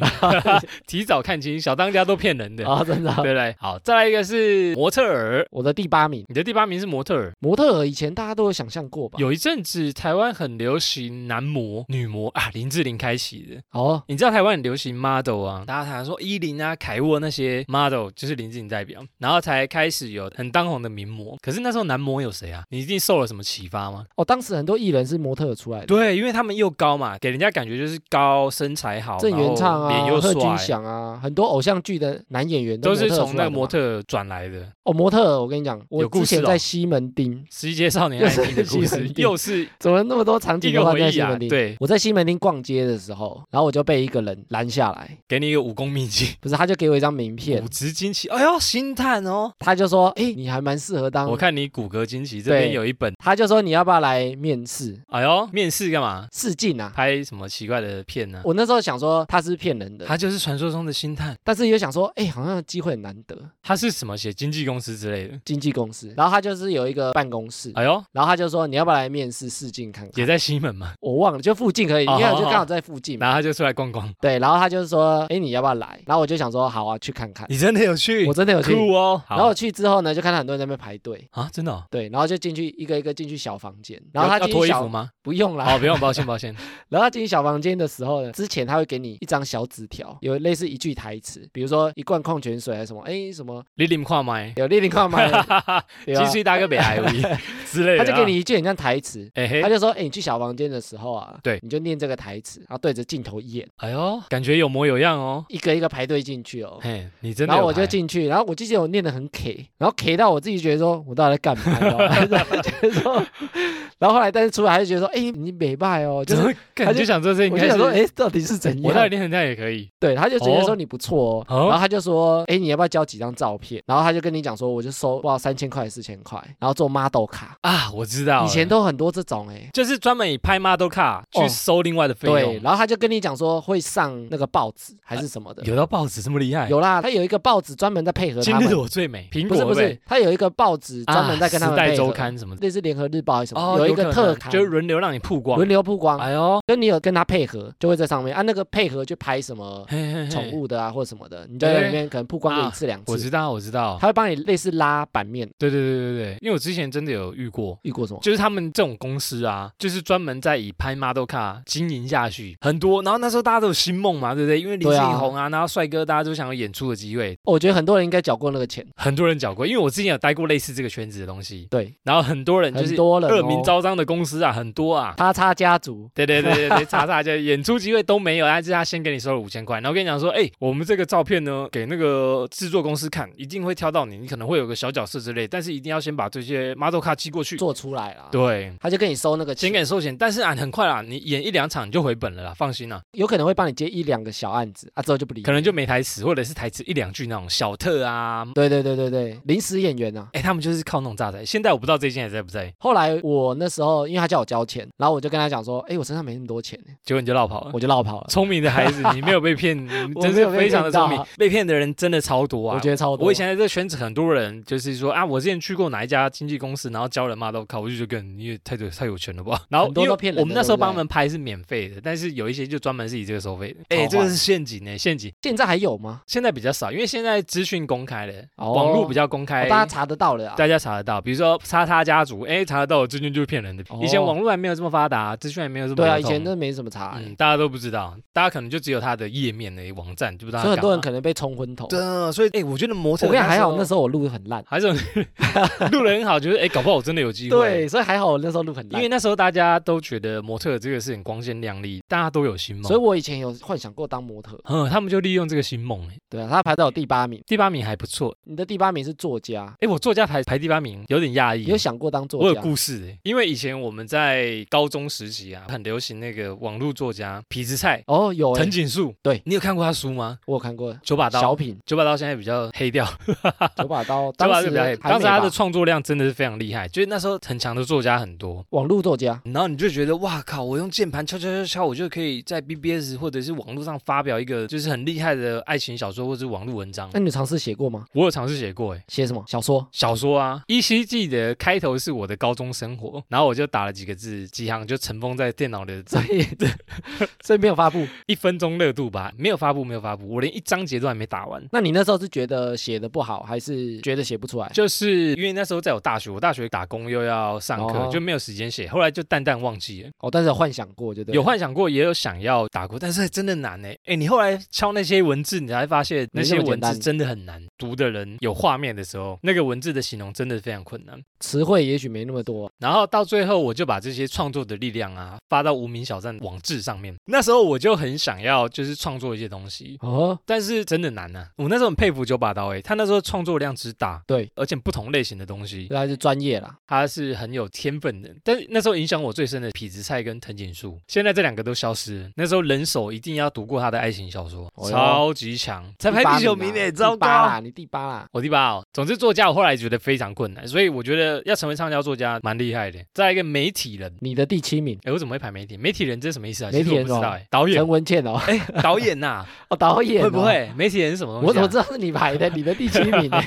Speaker 1: 提早看清，小当家都骗人的，
Speaker 2: 啊，真的啊，
Speaker 1: 对不对？好，再来一个是模特儿，
Speaker 2: 我的第八名，
Speaker 1: 你的第八名是模特儿。
Speaker 2: 模特儿以前大家都有想象过吧？
Speaker 1: 有一阵子台湾很流行男模、女模啊，林志玲开启的，
Speaker 2: 哦，
Speaker 1: 你知道台湾很流行 model 啊，大家常说依林啊、凯沃那些 model 就是林志颖代表，然后才开始有很当红的名模。可是那时候男模有谁啊？你一定受了什么启发吗？
Speaker 2: 哦，当时很多艺人是模特儿出来的，
Speaker 1: 对，因为他们又高嘛，给人家感觉就是高、身材好，
Speaker 2: 郑元
Speaker 1: 然
Speaker 2: 畅
Speaker 1: 后脸
Speaker 2: 啊、
Speaker 1: 又
Speaker 2: 贺军
Speaker 1: 帅，
Speaker 2: 翔啊，很多偶像剧的男演员
Speaker 1: 都
Speaker 2: 模
Speaker 1: 是
Speaker 2: 特儿
Speaker 1: 从
Speaker 2: 出
Speaker 1: 那个
Speaker 2: 来的
Speaker 1: 模
Speaker 2: 嘛。
Speaker 1: 特转来的。
Speaker 2: 哦，模特儿，我跟你讲，我
Speaker 1: 有故
Speaker 2: 之前
Speaker 1: 事哦
Speaker 2: 在西门町，
Speaker 1: 《十一街少年爱情》的故
Speaker 2: 又是西
Speaker 1: 事
Speaker 2: 门，町
Speaker 1: 又是
Speaker 2: 怎么那么多场
Speaker 1: 一
Speaker 2: 景都
Speaker 1: 个
Speaker 2: 放在
Speaker 1: 回忆
Speaker 2: 西
Speaker 1: 啊
Speaker 2: 门。町？
Speaker 1: 对，
Speaker 2: 我在西门町逛街的时候，然后我就被一个人拦下来，
Speaker 1: 给你一个武功秘籍，
Speaker 2: 不是，他就给我一张名片
Speaker 1: 骨，质惊奇。哎呦，星探哦！
Speaker 2: 他就说，哎、你还蛮适合当，
Speaker 1: 我看你骨骼惊奇这边
Speaker 2: 对
Speaker 1: 有一本，
Speaker 2: 他就说你要不要来面试
Speaker 1: 哎呦，面试干嘛？
Speaker 2: 试镜啊？
Speaker 1: 拍什么奇怪的片呢、
Speaker 2: 我那时候想说他是骗人的，
Speaker 1: 他就是传说中的星探，
Speaker 2: 但是又想说，哎、好像机会很难得，
Speaker 1: 他是什么写经纪公司之类的？
Speaker 2: 经纪公司，然后他就是有一个办公室，
Speaker 1: 哎呦，
Speaker 2: 然后他就说你要不要来面试试镜看
Speaker 1: 也
Speaker 2: 看？
Speaker 1: 在西门嘛，
Speaker 2: 我忘了，就附近可以，
Speaker 1: 哦
Speaker 2: 因为我就
Speaker 1: 好好
Speaker 2: 刚好在附近嘛。
Speaker 1: 然后他就出来逛逛。
Speaker 2: 对，然后他就是说，哎，你要不要来？然后我就想说，好啊，去看 看。
Speaker 1: 你真的有去？
Speaker 2: 我真的有去，
Speaker 1: 酷哦。
Speaker 2: 然后
Speaker 1: 好
Speaker 2: 我去之后呢，就看到很多人在那边排队，
Speaker 1: 啊，真的、哦。
Speaker 2: 对，然后就进去一个一个进去小房间，然后
Speaker 1: 要
Speaker 2: 他
Speaker 1: 要
Speaker 2: 进去
Speaker 1: 脱衣
Speaker 2: 小
Speaker 1: 服吗？
Speaker 2: 不用啦，
Speaker 1: 哦，不用，抱歉，抱歉。
Speaker 2: 然后他进去小房间的时候呢，之前他会给你一张小纸条，有类似一句台词，比如说一罐矿泉水还是什么，哎什么
Speaker 1: 你林跨麦，
Speaker 2: 有列宁 矿吗？
Speaker 1: 金
Speaker 2: 对吧？
Speaker 1: 水大哥北 I V 之类的、
Speaker 2: 他
Speaker 1: 啊。
Speaker 2: 就给，你一句很像台词，
Speaker 1: 哎
Speaker 2: 他
Speaker 1: 嘿，
Speaker 2: 就说，哎你去小房间的时候啊，
Speaker 1: 对
Speaker 2: 你就念这个台词，然后对着镜头演，
Speaker 1: 哎呦，感觉有模有样哦。
Speaker 2: 一个一个排队进去哦。
Speaker 1: 嘿，你真的
Speaker 2: 然
Speaker 1: 有排。
Speaker 2: 后我就进去，然后我记得我念得很 K，然后 K 到我自己觉得说，我到底在干嘛？你知道吗 然后就是说，然后后来但是出来还是觉得说，哎，你美败哦，就
Speaker 1: 怎
Speaker 2: 是
Speaker 1: 么感
Speaker 2: 他
Speaker 1: 觉
Speaker 2: 就
Speaker 1: 想说这应
Speaker 2: 我
Speaker 1: 该
Speaker 2: 就想说，
Speaker 1: 是。
Speaker 2: 哎，到底是怎样？
Speaker 1: 我到底练成这样也可以，
Speaker 2: 对，他就直接
Speaker 1: 哦
Speaker 2: 说你不错哦，
Speaker 1: 哦
Speaker 2: 然后他就说，哎，你要不要交几张照片？然后他就跟你讲说，我就收不知道三千块、四千块，然后做 model 卡，
Speaker 1: 啊，我知道了。
Speaker 2: 以前都很多这种哎。
Speaker 1: 就是专门以拍 model 卡去
Speaker 2: 哦
Speaker 1: 收另外的费
Speaker 2: 对，
Speaker 1: 用，
Speaker 2: 然后他就跟你讲说会上那个报纸还是什么的，
Speaker 1: 啊有到报纸这么厉害，
Speaker 2: 有啦，他有一个报纸专门在配合
Speaker 1: 今
Speaker 2: 他
Speaker 1: 日
Speaker 2: 们，
Speaker 1: 我最美，苹
Speaker 2: 不
Speaker 1: 果
Speaker 2: 是不
Speaker 1: 呗
Speaker 2: 是，他有一个报纸专门在跟他们
Speaker 1: 啊时代
Speaker 2: 配
Speaker 1: 周
Speaker 2: 合，
Speaker 1: 刊什么的，
Speaker 2: 类似联合日报还是什么，
Speaker 1: 哦，
Speaker 2: 一个
Speaker 1: 可
Speaker 2: 特
Speaker 1: 能
Speaker 2: 刊，
Speaker 1: 就是轮流让你曝光。
Speaker 2: 轮流曝光，
Speaker 1: 哎呦，
Speaker 2: 跟你有跟他配合，就会在上面啊，那个配合去拍什么
Speaker 1: 嘿嘿嘿
Speaker 2: 宠，物的啊或者什么的，你就在里面可能曝光个
Speaker 1: 啊
Speaker 2: 一次两次
Speaker 1: 我，知道，我知道，
Speaker 2: 他会帮你类似拉版面，
Speaker 1: 对对对对对，因为我之前真的有遇过。
Speaker 2: 遇过什么？
Speaker 1: 就是他们这种公司啊，就是专门在以拍 model 卡经营下去很多，然后那时候大家都有新梦嘛，对不对？因为林志
Speaker 2: 对啊
Speaker 1: 颖红啊，然后帅哥，大家都想有演出的机会，
Speaker 2: 哦我觉得很多人应该缴过那个钱，
Speaker 1: 很多人缴过。因为我之前有待过类似这个圈子的东西，
Speaker 2: 对，
Speaker 1: 然后很多人就是
Speaker 2: 很多人
Speaker 1: 恶名
Speaker 2: 哦，
Speaker 1: 昭彰的公司啊，很多啊，
Speaker 2: 叉叉家族，
Speaker 1: 对对对对对，查查就演出机会都没有，但是他先给你收了五千块，然后跟你讲说，哎、我们这个照片呢，给那个制作公司看，一定会挑到你，你可能会有个小角色之类，但是一定要先把这些 model 卡寄过去。
Speaker 2: 做出来啦。
Speaker 1: 对，
Speaker 2: 他就跟你收那个
Speaker 1: 先
Speaker 2: 钱，
Speaker 1: 给你收钱，但是啊，很快啦，你演一两场你就回本了啦，放心啦，
Speaker 2: 有可能会帮你接一两个小案子啊，之后就不理你，
Speaker 1: 可能就没台词，或者是台词一两句那种小特啊。
Speaker 2: 对对对对对，临时演员啊。
Speaker 1: 哎，他们就是靠那种炸仔。现在我不知道这间还在不在。
Speaker 2: 后来我那那时候因为他叫我交钱，然后我就跟他讲说，哎、我身上没那么多钱，
Speaker 1: 结果你就绕跑了。
Speaker 2: 我就落跑了。
Speaker 1: 聪明的孩子，你没有被骗，你
Speaker 2: 我
Speaker 1: 真
Speaker 2: 没
Speaker 1: 是
Speaker 2: 有被
Speaker 1: 非常的
Speaker 2: 骗到
Speaker 1: 聪明
Speaker 2: 啊。
Speaker 1: 被骗的人真的超多啊！
Speaker 2: 我觉得超多。
Speaker 1: 我以前在这个圈子，很多人就是说啊，我之前去过哪一家经纪公司，然后教人骂都靠，我就觉得跟你也太对太有钱了 吧。然后
Speaker 2: 很多
Speaker 1: 因
Speaker 2: 都
Speaker 1: 为
Speaker 2: 骗人的
Speaker 1: 我们那时候
Speaker 2: 对不对
Speaker 1: 帮他们拍是免费的，但是有一些就专门是以这个收费的。
Speaker 2: 超
Speaker 1: 哎，
Speaker 2: 坏
Speaker 1: 这个是陷阱呢、陷阱
Speaker 2: 现在还有吗？
Speaker 1: 现在比较少，因为现在资讯公开了，
Speaker 2: 哦
Speaker 1: 网络比较公
Speaker 2: 哦
Speaker 1: 开。
Speaker 2: 大家查得到了啊。
Speaker 1: 大家查得到，比如说叉叉家族，哎，查得到，我最近就是骗人的。
Speaker 2: 哦
Speaker 1: 以前网络还没有这么发达，资讯还没有这么
Speaker 2: 对啊，
Speaker 1: 流
Speaker 2: 以
Speaker 1: 通
Speaker 2: 前真的没什么查、欸
Speaker 1: 嗯，大家都不知道，大家可能就只有他的页面的网站，就不知道
Speaker 2: 所
Speaker 1: 他干嘛。
Speaker 2: 以很多人可能啊被冲昏头。我
Speaker 1: 对，所以哎、我觉得模特
Speaker 2: 跟你讲，还好那
Speaker 1: 时
Speaker 2: 时候我录很烂。
Speaker 1: 候还是 很录的很好，就是哎、搞不好我真的有机会。
Speaker 2: 对，所以还好我那时候录很
Speaker 1: 因
Speaker 2: 烂
Speaker 1: 为。那时候大家都觉得模特这个是很光鲜亮丽，大家都有新梦，
Speaker 2: 所以我以前有幻想过当模特，
Speaker 1: 嗯，他们就利用这个新梦、哎
Speaker 2: 对啊，他排到我第八名，
Speaker 1: 第八名还不错，
Speaker 2: 你的第八名是作家，
Speaker 1: 哎、我作家排排第八名有点压抑
Speaker 2: 你。有想过
Speaker 1: 嗯
Speaker 2: 当
Speaker 1: 我
Speaker 2: 作
Speaker 1: 有
Speaker 2: 家？
Speaker 1: 故事、哎因为以前我们在高中时期啊，很流行那个网络作家痞子蔡、
Speaker 2: 哦，有、欸
Speaker 1: 藤，井树，
Speaker 2: 对
Speaker 1: 你有看过他书吗？
Speaker 2: 我有看过
Speaker 1: 九把
Speaker 2: 小
Speaker 1: 刀，
Speaker 2: 品
Speaker 1: 九把刀现在比较黑掉，
Speaker 2: 九把刀，
Speaker 1: 九把
Speaker 2: 当
Speaker 1: 刀
Speaker 2: 时
Speaker 1: 比较黑，
Speaker 2: 还
Speaker 1: 当
Speaker 2: 没
Speaker 1: 时他
Speaker 2: 吧
Speaker 1: 的创作量真的是非常厉害，就是那时候很强的作家很多，
Speaker 2: 网络作家，
Speaker 1: 然后你就觉得哇靠，我用键盘敲敲敲敲，我就可以在 BBS 或者是网络上发表一个就是很厉害的爱情小说或者是网络文章
Speaker 2: 那。你有尝试写过吗？
Speaker 1: 我有尝试写过诶，欸
Speaker 2: 写什么小说？
Speaker 1: 小说啊，依稀记得开头是我的高中生活，然后我就打了几个字，几行就尘封在电脑的
Speaker 2: 所以所以没有发布。
Speaker 1: 一分钟热度吧，没有发布，没有发布，我连一章节都还没打完。
Speaker 2: 那你那时候是觉得写的不好，还是觉得写不出来？
Speaker 1: 就是因为那时候在我大学，我大学打工又要上课，
Speaker 2: 哦
Speaker 1: 就没有时间写，后来就淡淡忘记了。
Speaker 2: 哦，但是有幻想过，就对了。
Speaker 1: 有幻想过，也有想要打过，但是真的难呢。哎，你后来敲那些文字，你才发现那
Speaker 2: 没这
Speaker 1: 些
Speaker 2: 么
Speaker 1: 文
Speaker 2: 简单
Speaker 1: 字真的很难。读的人有画面的时候，那个文字的形容真的非常困难。
Speaker 2: 词汇，也许没那么多。
Speaker 1: 然后到最后，我就把这些创作的力量啊，发到无名小站网志上面。那时候我就很想要，就是创作一些东西，
Speaker 2: 哦，
Speaker 1: 但是真的难啊。我那时候很佩服九把刀诶，他那时候创作量之大，
Speaker 2: 对，
Speaker 1: 而且不同类型的东西，
Speaker 2: 那还是专业啦。
Speaker 1: 他是很有天分的，但是那时候影响我最深的痞子蔡跟藤井树，现在这两个都消失了。那时候人手一定要读过他的爱情小说，
Speaker 2: 哦哟
Speaker 1: 超级强，才排
Speaker 2: 八
Speaker 1: 第九
Speaker 2: 啦
Speaker 1: 名呢，欸
Speaker 2: 第
Speaker 1: 糟
Speaker 2: 八啊啦，
Speaker 1: 糕。
Speaker 2: 你第八啦。
Speaker 1: 我第八哦，总之作家我后来觉得非常困难，所以我觉得要成为畅销作家蛮厉害的。再来一个媒体人，
Speaker 2: 你的第七名，
Speaker 1: 哎，我怎么会排媒体？媒体人这是什么意思啊？
Speaker 2: 媒体人
Speaker 1: 其实我不知道
Speaker 2: 哦
Speaker 1: 哎，导演
Speaker 2: 陈文茜哦，
Speaker 1: 哎，导演呐，
Speaker 2: 哦， 导演哦
Speaker 1: 会不？会媒体人是什么东西啊？
Speaker 2: 我怎么知道是你排的？你的第七 名欸，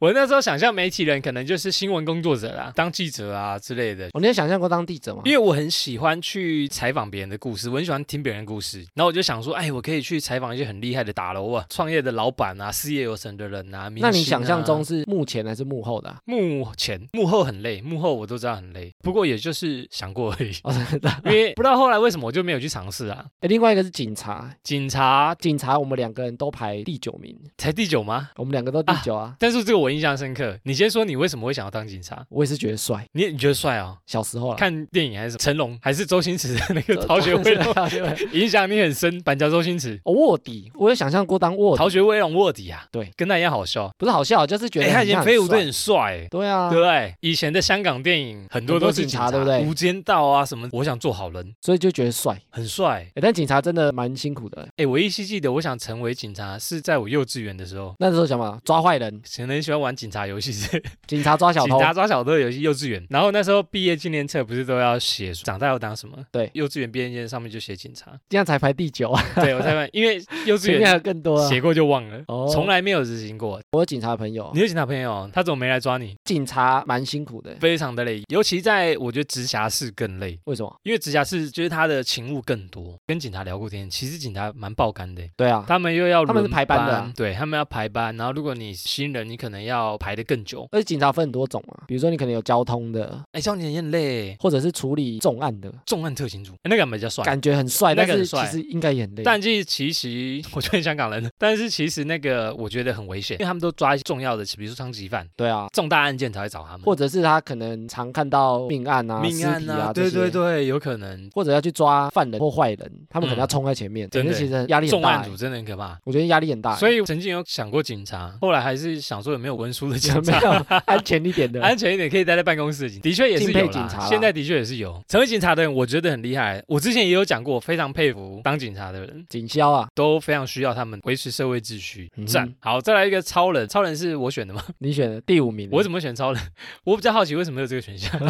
Speaker 1: 我那时候想象媒体人可能就是新闻工作者啦，当记者啊之类的，
Speaker 2: 我你有想象过当记者吗
Speaker 1: 因？为我很喜欢去采访别人的故事，我很喜欢听别人的故事，然后我就想说，哎，我可以去采访一些很厉害的打楼啊、创业的老板啊、事业有成的人啊。明星啊
Speaker 2: 那你想象中是幕前还是幕后的啊？。
Speaker 1: 幕前、幕后很累，幕后我都知道很累，不过也就是想过而已
Speaker 2: 哦，真的。
Speaker 1: 因为不知道后来为什么我就没有去尝试啊。
Speaker 2: 诶另外一个是警察，
Speaker 1: 警察
Speaker 2: 警察我们两个人都排第九名，
Speaker 1: 才第九吗？
Speaker 2: 我们两个都第九啊。
Speaker 1: 但是这个我印象深刻。你先说你为什么会想要当警察？
Speaker 2: 我也是觉得帅，
Speaker 1: 你你觉得帅啊？
Speaker 2: 小时候啦。
Speaker 1: 看电影还是什么成龙还是周星驰的那个逃学威龙，
Speaker 2: 逃学威龙
Speaker 1: 影响你很深。板桥周星驰，
Speaker 2: 哦卧底，我有想象过当卧底，
Speaker 1: 逃学威龙卧底啊，
Speaker 2: 对，
Speaker 1: 跟他一样好笑。
Speaker 2: 不是好笑，啊就是觉
Speaker 1: 哎、
Speaker 2: 得
Speaker 1: 他以前飞虎队
Speaker 2: 队，
Speaker 1: 很帅、欸。
Speaker 2: 对啊
Speaker 1: 对，不对？以前的香港电影很多
Speaker 2: 很多
Speaker 1: 都是
Speaker 2: 警
Speaker 1: 警
Speaker 2: 察对不对
Speaker 1: 无间道啊什么，我想做好人，
Speaker 2: 所以就觉得帅。
Speaker 1: 很帅。
Speaker 2: 诶但警察真的蛮辛苦的。
Speaker 1: 哎，我依稀记得，我想成为警察是在我幼稚园的时候，
Speaker 2: 那时候想嘛，抓坏人，
Speaker 1: 可能喜欢玩警察游戏，是
Speaker 2: 警察 抓小
Speaker 1: 警
Speaker 2: 偷，
Speaker 1: 察抓小偷游戏。幼稚园，然后那时候毕业纪念册不是都要写长大要当什么？
Speaker 2: 对
Speaker 1: 幼稚园毕业纪念上面就写警察。
Speaker 2: 这样才排第九啊，
Speaker 1: 对我才问，因为幼稚
Speaker 2: 前面还
Speaker 1: 园
Speaker 2: 有更多啊。
Speaker 1: 写过就忘了，
Speaker 2: 哦
Speaker 1: 从来没有执行过。
Speaker 2: 我有警察朋友
Speaker 1: 你，有警察朋友，他怎么没来抓你？
Speaker 2: 警察蛮辛苦的，
Speaker 1: 非常的累，尤其在我觉得直辖市更累。
Speaker 2: 为什么？
Speaker 1: 因为直辖市就是他的勤务更多，跟警察聊过天，其实警察蛮爆肝的，欸
Speaker 2: 对啊，
Speaker 1: 他们又要
Speaker 2: 他们是
Speaker 1: 轮
Speaker 2: 排班的啊
Speaker 1: 对他们要排班，然后如果你新人，你可能要排的更久，
Speaker 2: 而且警察分很多种啊，比如说你可能有交通的，
Speaker 1: 哎，少年很累，
Speaker 2: 或者是处理重案的，
Speaker 1: 重案特勤组，哎那个比较帅。
Speaker 2: 感觉很帅，
Speaker 1: 那
Speaker 2: 但
Speaker 1: 个很
Speaker 2: 是
Speaker 1: 帅
Speaker 2: 其实应该也很累。
Speaker 1: 但是其实我觉得香港人，但是其实那个我觉得很危险，因为他们都抓一些重要的，比如说枪击犯、
Speaker 2: 对啊，
Speaker 1: 重大案件才会找他们，
Speaker 2: 或者是他可能常看到命案啊、
Speaker 1: 命案
Speaker 2: 尸体啊这
Speaker 1: 对
Speaker 2: 些，
Speaker 1: 对对，有可能。
Speaker 2: 或者要去抓犯人或坏人，他们可能要冲在前面，
Speaker 1: 真的
Speaker 2: 整个其实压力很
Speaker 1: 重
Speaker 2: 大
Speaker 1: 案
Speaker 2: 欸
Speaker 1: 组。真的很可怕，
Speaker 2: 我觉得压力很大欸，
Speaker 1: 所以曾经有想过警察，后来还是想说有没有文书的警
Speaker 2: 有没
Speaker 1: 察。
Speaker 2: 有安全一点的？
Speaker 1: 安全一点，可以待在办公室的警，的确也是
Speaker 2: 敬佩
Speaker 1: 有
Speaker 2: 警察啦
Speaker 1: 现在的确也是有成为警察的人，我觉得很厉害。我之前也有讲过，我非常佩服当警察的人，
Speaker 2: 警消啊，
Speaker 1: 都非常需要他们维持社会秩序
Speaker 2: 嗯。哼嗯
Speaker 1: 赞、好，再来一个超人，超人是我选的吗？
Speaker 2: 你选的第五名，
Speaker 1: 我怎
Speaker 2: 么
Speaker 1: 么选超人？我比较好奇为什么有这个选选项。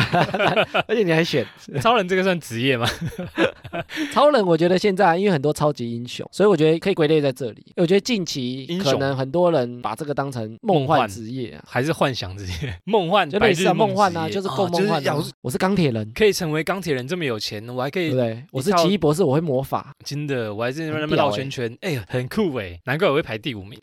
Speaker 2: 而且你还选
Speaker 1: 超人这个算职业吗？
Speaker 2: 超人，我觉得现在因为很多超级英雄，所以我觉得可以归类在这里。我觉得近期
Speaker 1: 英
Speaker 2: 可
Speaker 1: 雄
Speaker 2: 能很多人把这个当成
Speaker 1: 梦
Speaker 2: 梦幻
Speaker 1: 幻
Speaker 2: 职业啊，
Speaker 1: 还是幻想职业？梦幻
Speaker 2: 就
Speaker 1: 白
Speaker 2: 类似
Speaker 1: 日
Speaker 2: 啊梦幻啊，
Speaker 1: 职业
Speaker 2: 就是
Speaker 1: 哦
Speaker 2: 够梦幻、啊
Speaker 1: 要是
Speaker 2: 我是钢铁人，
Speaker 1: 可以成为钢铁人这么有钱，我还可
Speaker 2: 对
Speaker 1: 以
Speaker 2: 不对？我是
Speaker 1: 一套
Speaker 2: 奇异博士，我会魔法，
Speaker 1: 真的，我还在那边那
Speaker 2: 很
Speaker 1: 边
Speaker 2: 屌
Speaker 1: 绕
Speaker 2: 欸
Speaker 1: 圈圈，哎、呀，很酷哎、难怪我会排第 五名，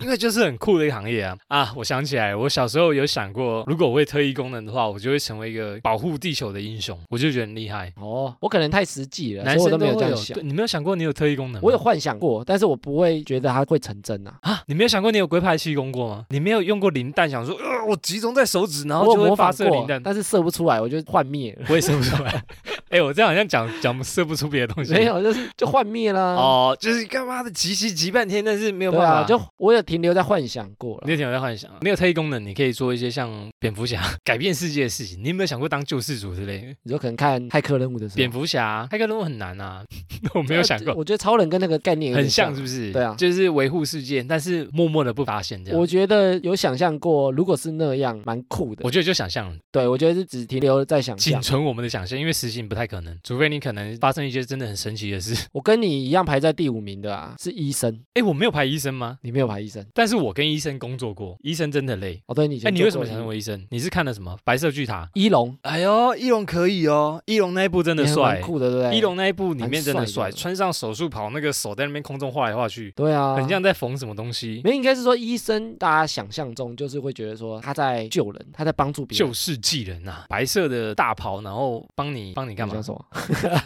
Speaker 1: 因为就是很酷的一个行业啊啊！我想起来了，我小时候有想过，如果我会特异功能的话，我就会成为一个保护地球的英雄，我就觉得很厉害。
Speaker 2: 哦，我可能太实际了，
Speaker 1: 男
Speaker 2: 所以我
Speaker 1: 生
Speaker 2: 都没有
Speaker 1: 会
Speaker 2: 这样想
Speaker 1: 对。啊你没有想过你有特异功能吗？
Speaker 2: 我有幻想过，但是我不会觉得它会成真啊。
Speaker 1: 啊！你没有想过你有龟派气功过吗？你没有用过磷弹，想说，呃，我集中在手指，然后
Speaker 2: 我
Speaker 1: 就
Speaker 2: 有模
Speaker 1: 会发
Speaker 2: 仿
Speaker 1: 射
Speaker 2: 过
Speaker 1: 磷，弹，
Speaker 2: 但是射不出来，我就幻灭 了。
Speaker 1: 我也射不出来。 哎、我这样好像讲讲射不出别的东西。
Speaker 2: 没有，就是就幻灭啦。
Speaker 1: 哦，就是干嘛的集齐集半天，但是没有
Speaker 2: 对
Speaker 1: 办法。
Speaker 2: 啊，就我有停留在幻想过了
Speaker 1: 你。有想在幻想，没有特异功能，你可以做一些像蝙蝠侠 改变世界的事情。你有没有想过当救世主之类的？
Speaker 2: 你就可能看骇客任务的时候，
Speaker 1: 蝙蝠侠、骇客任务很难啊， 我没有想过，
Speaker 2: 我觉得超人跟那个概念有点
Speaker 1: 很像是不是？
Speaker 2: 对啊
Speaker 1: 就是维护世界，但是默默的不发现这样。
Speaker 2: 我
Speaker 1: 我
Speaker 2: 觉得有想象过，如果是那样，蛮酷的。
Speaker 1: 我觉得就想象，
Speaker 2: 对，我觉得是只停留在想
Speaker 1: 仅
Speaker 2: 象。
Speaker 1: 存我们的想象，因为实行不太可能，除非你可能发生一些真的很神奇的事。
Speaker 2: 我跟你一样排在第五名的啊，是医生。
Speaker 1: 哎，我没有排医生吗？
Speaker 2: 你没有排医生
Speaker 1: 但是我跟医生工作过，医生真的累。
Speaker 2: 哦？对，你以
Speaker 1: 哎，
Speaker 2: 前
Speaker 1: 你
Speaker 2: 做
Speaker 1: 为什么
Speaker 2: 过
Speaker 1: 想
Speaker 2: 医
Speaker 1: 成为医生？你是看了什么《白色巨塔》？
Speaker 2: 医龙？
Speaker 1: 哎呦，翼龙可以哦，翼龙那一部真的
Speaker 2: 也很蛮
Speaker 1: 帅，
Speaker 2: 酷的，对不对？
Speaker 1: 一龙那一部里面真的帅，
Speaker 2: 哎蛮帅的
Speaker 1: 穿上手术袍，那个手在那边空中画来画去，
Speaker 2: 对啊，
Speaker 1: 很像在缝什么东西。
Speaker 2: 没有，应该是说医生，大家想象中就是会觉得说他在救人，他在帮助别人。
Speaker 1: 救世济人呐、白色的大袍，然后帮你帮你干
Speaker 2: 你
Speaker 1: 嘛
Speaker 2: 想？什么？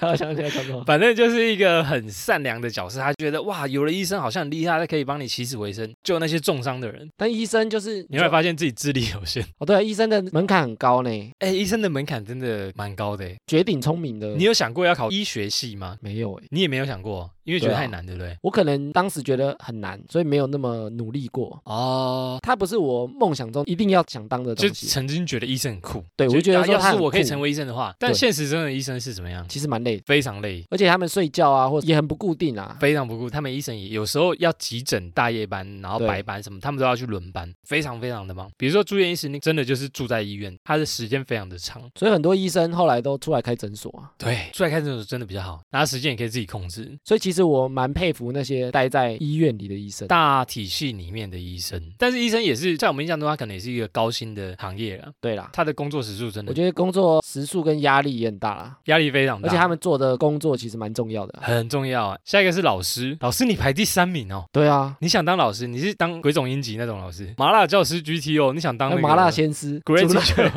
Speaker 2: 我想起来想什么？
Speaker 1: 反正就是一个很善良的角色，他觉得哇，有了医生好像很厉害，他可以帮你起死回生，救那些重伤的人。
Speaker 2: 但医生就是
Speaker 1: 你会发现自己智力有 限，
Speaker 2: 哦，对啊，医生的门槛很高呢，
Speaker 1: 哎，医生的门槛真的蛮高的。
Speaker 2: 绝顶聪明的。
Speaker 1: 你有想过要考医学系吗？
Speaker 2: 没有哎？
Speaker 1: 你也没有想过，因为觉得
Speaker 2: 对啊
Speaker 1: 太难，对不对？
Speaker 2: 我可能当时觉得很难，所以没有那么努力过。
Speaker 1: 哦，
Speaker 2: 他不是我梦想中一定要想当的
Speaker 1: 就
Speaker 2: 东西，
Speaker 1: 曾经觉得医生很酷，啊
Speaker 2: 对我就觉得说
Speaker 1: 要
Speaker 2: 他
Speaker 1: 是
Speaker 2: 很
Speaker 1: 我可以
Speaker 2: 酷
Speaker 1: 成为医生的话，但
Speaker 2: 对
Speaker 1: 现实中的医生是怎么样？
Speaker 2: 其实蛮累的。
Speaker 1: 非常累，
Speaker 2: 而且他们睡觉啊，或者也很不固定啊。
Speaker 1: 非常不顾。他们医生也有时候要急诊大夜班，然后
Speaker 2: 对
Speaker 1: 白班什么，他们都要去轮班，非常非常的忙。比如说住院医师，你真的就是住在医院，他的时间非常的长。
Speaker 2: 所以很多医生后来都出来开诊所啊。
Speaker 1: 对，出来看诊所真的比较好，然后时间也可以自己控制。
Speaker 2: 所以其实我蛮佩服那些待在医院里的医生。
Speaker 1: 大体系里面的医生，但是医生也是在我们印象中，他可能也是一个高薪的行业了。
Speaker 2: 对啦，
Speaker 1: 他的工作时数真
Speaker 2: 我
Speaker 1: 的
Speaker 2: 觉得工作时数跟压力也很大啦，
Speaker 1: 压力非常大，
Speaker 2: 而且他们做的工作其实蛮重要的啊、
Speaker 1: 很重要啊。下一个是老师，老师你排第三名哦。
Speaker 2: 对啊，
Speaker 1: 你想当老师，你是当鬼冢英吉那种老师，麻辣教师 GTO，你想当、那
Speaker 2: 那
Speaker 1: 个
Speaker 2: 哎麻辣鲜师，
Speaker 1: Great
Speaker 2: 主任
Speaker 1: teacher，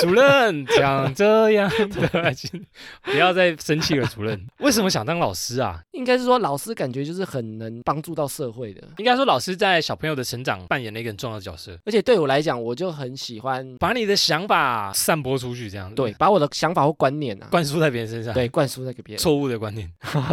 Speaker 1: 主任讲这样的爱情，不要再生气了，主任。 为什么想当老师啊？
Speaker 2: 应该是说老师感觉就是很能帮助到社会的。
Speaker 1: 应该说，老师在小朋友的成长扮演了一个很重要的角色，
Speaker 2: 而且对我来讲，我就很喜欢
Speaker 1: 把你的想法散播出去，这样子
Speaker 2: 对把我的想法或观念啊，
Speaker 1: 灌输在别人身上，，
Speaker 2: 对灌输那个别人，
Speaker 1: 错误的观 念，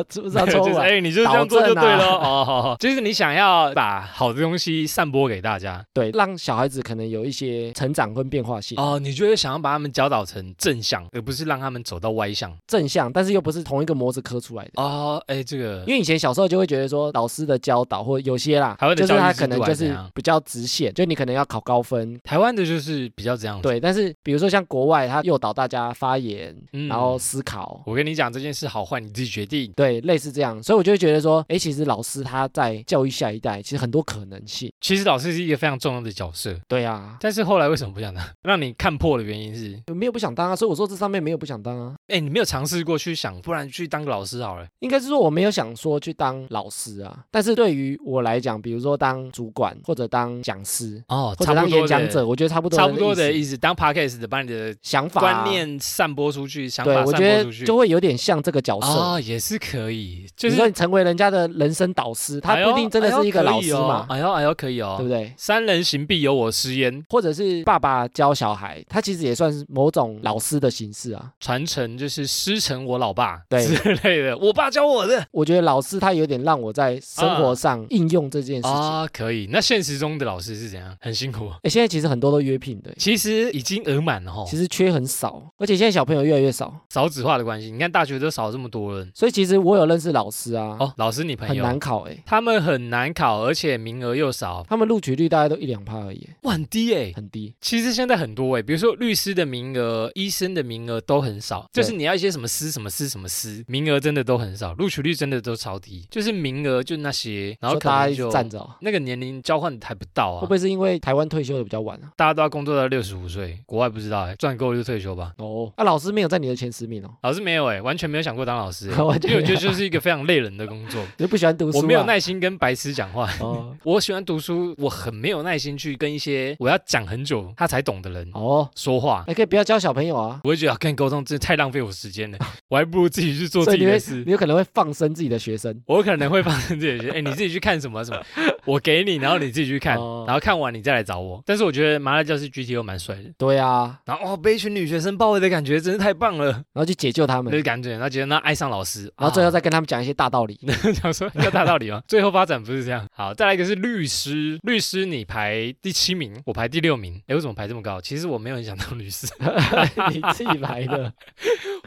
Speaker 2: 知不知 道
Speaker 1: 就
Speaker 2: 错
Speaker 1: 是
Speaker 2: 误啊？
Speaker 1: 哎，你就是这样做就
Speaker 2: 导
Speaker 1: 对
Speaker 2: 正啊
Speaker 1: 了，哦，好好，就是你想要把好的东西散播给大家，
Speaker 2: 对，让小孩子可能有一些成长跟变化性，
Speaker 1: 哦，你就会想要把他们教导成正向，而不是让他们走到歪向，
Speaker 2: 正向，但是又不是同一个模子刻出来的。
Speaker 1: 哦，哎，这个
Speaker 2: 因。为以前小时候就会觉得说老师的教导或有些啦
Speaker 1: 台湾，的
Speaker 2: 就是
Speaker 1: 教育
Speaker 2: 他
Speaker 1: 制
Speaker 2: 可能
Speaker 1: 度还
Speaker 2: 就是
Speaker 1: 怎
Speaker 2: 是
Speaker 1: 样嗯
Speaker 2: 比较直线，就你可能要考高分，
Speaker 1: 台湾的就是比较这样子，
Speaker 2: 对。但是比如说像国外，他诱导大家发言，
Speaker 1: 嗯
Speaker 2: 然后思考，
Speaker 1: 我跟你讲这件事好坏你自己决定，
Speaker 2: 对，类似这样。所以我就会觉得说，哎，其实老师他在教育下一代，其实很多可能性。
Speaker 1: 其实老师是一个非常重要的角色，
Speaker 2: 对啊，
Speaker 1: 但是后来为什么不想当？ 让你看破的原因是，
Speaker 2: 我没有不想当啊，所以我说这上面没有不想当啊。
Speaker 1: 哎，你没有尝试过去想，不然去当个老师好了。
Speaker 2: 应该是说我没有想说去当老师啊，但是对于我来讲，比如说当主管或者当讲师
Speaker 1: 哦，
Speaker 2: 或者
Speaker 1: 差不
Speaker 2: 当
Speaker 1: 多
Speaker 2: 演
Speaker 1: 的
Speaker 2: 讲者，，我觉得差不多
Speaker 1: 差不多的
Speaker 2: 意
Speaker 1: 意
Speaker 2: 思
Speaker 1: 思。当 podcast 的，把你的
Speaker 2: 想法啊
Speaker 1: 观念散播出去，想
Speaker 2: 对，
Speaker 1: 法
Speaker 2: 我
Speaker 1: 散
Speaker 2: 觉
Speaker 1: 播
Speaker 2: 得
Speaker 1: 出去。
Speaker 2: 就会有点像这个角色。
Speaker 1: 哦，也是可以，
Speaker 2: 比
Speaker 1: 就
Speaker 2: 如
Speaker 1: 是
Speaker 2: 说你成为人家的人生导师，他
Speaker 1: 哎
Speaker 2: 不
Speaker 1: 呦
Speaker 2: 一定真的
Speaker 1: 哎呦
Speaker 2: 是一个
Speaker 1: 可以
Speaker 2: 老师
Speaker 1: 哦
Speaker 2: 嘛，
Speaker 1: 哎呦哎呦，可以哦，
Speaker 2: 对不对？
Speaker 1: 三人行必有我师焉，
Speaker 2: 或者是爸爸教小孩，他其实也算是某种老师的形式啊。
Speaker 1: 传承就是师承我老爸
Speaker 2: 对
Speaker 1: 之类的，我爸教我的
Speaker 2: 我觉得老师他有点让我在生活上应用这件事情。
Speaker 1: 啊、可以。那现实中的老师是怎样？很辛苦。
Speaker 2: 哎，现在其实很多都约聘的，
Speaker 1: 其实已经额满了哈，
Speaker 2: 其实缺很少，而且现在小朋友越来越少，
Speaker 1: 少子化的关系，你看大学都少这么多人，
Speaker 2: 所以其实我有认识老师啊，
Speaker 1: 哦，老师你朋
Speaker 2: 嗯很
Speaker 1: 友，
Speaker 2: 难考哎、
Speaker 1: 他们很难考，而且名额又少，
Speaker 2: 他们录取率大概都一两趴而已、
Speaker 1: 哇，很低哎、
Speaker 2: 很低。
Speaker 1: 其实现在很多哎、比如说律师的名额、医生的名额都很少，就
Speaker 2: 对
Speaker 1: 是你要一些什么师、什么师、什么师，名额真的都很少，录取率真的都超低，就是名额就那些，然后
Speaker 2: 说
Speaker 1: 可
Speaker 2: 大家
Speaker 1: 能
Speaker 2: 一直
Speaker 1: 就
Speaker 2: 站着、哦，
Speaker 1: 那个年龄交换还不到
Speaker 2: 会
Speaker 1: 啊
Speaker 2: 不，会是因为台湾退休的比较晚啊？
Speaker 1: 大家都要工作到六十五岁，国外不知道哎、赚够就退休吧。
Speaker 2: 哦，那、老师没有在你的前十名哦，，
Speaker 1: 老师没有哎、完全没有想过当老师、 欸
Speaker 2: 完
Speaker 1: 因
Speaker 2: 全
Speaker 1: 为我
Speaker 2: 没
Speaker 1: 觉得
Speaker 2: 有
Speaker 1: 就是一个非常累人的工作，
Speaker 2: 你就不喜欢读书、啊，
Speaker 1: 我没有耐心跟白痴讲话。
Speaker 2: 哦
Speaker 1: 我喜欢读书，我很没有耐心去跟一些我要讲很久他才懂的人
Speaker 2: 哦，
Speaker 1: 说话。
Speaker 2: 还可以不要教小朋友啊，
Speaker 1: 我会觉得跟你沟通真的太浪费我时间 了，我还不如自己去做
Speaker 2: 所
Speaker 1: 自
Speaker 2: 以
Speaker 1: 己
Speaker 2: 你
Speaker 1: 的
Speaker 2: 会
Speaker 1: 事。
Speaker 2: 你有可能会放生自己的学生。
Speaker 1: 我可能会放生自己的事，哎，你自己去看什么什 么，我给你，然后你自己去看，
Speaker 2: 哦
Speaker 1: 然后看完你再来找我。但是我觉得麻辣教师 GTO 蛮帅的，
Speaker 2: 对啊，
Speaker 1: 然后哦被一群女学生包围的感觉真是太棒了，
Speaker 2: 然后去解救他
Speaker 1: 那
Speaker 2: 们，
Speaker 1: 个感觉，然后觉得那爱上老师，
Speaker 2: 然后最
Speaker 1: 啊
Speaker 2: 后再跟他们讲一些大 道理。
Speaker 1: 想说要大道理吗？ 最后发展不是这样。好，再来一个是律师，律师你排第七名，我排第六名。哎，为什么排这么高？其实我没有很想当律师，
Speaker 2: 你自己来的。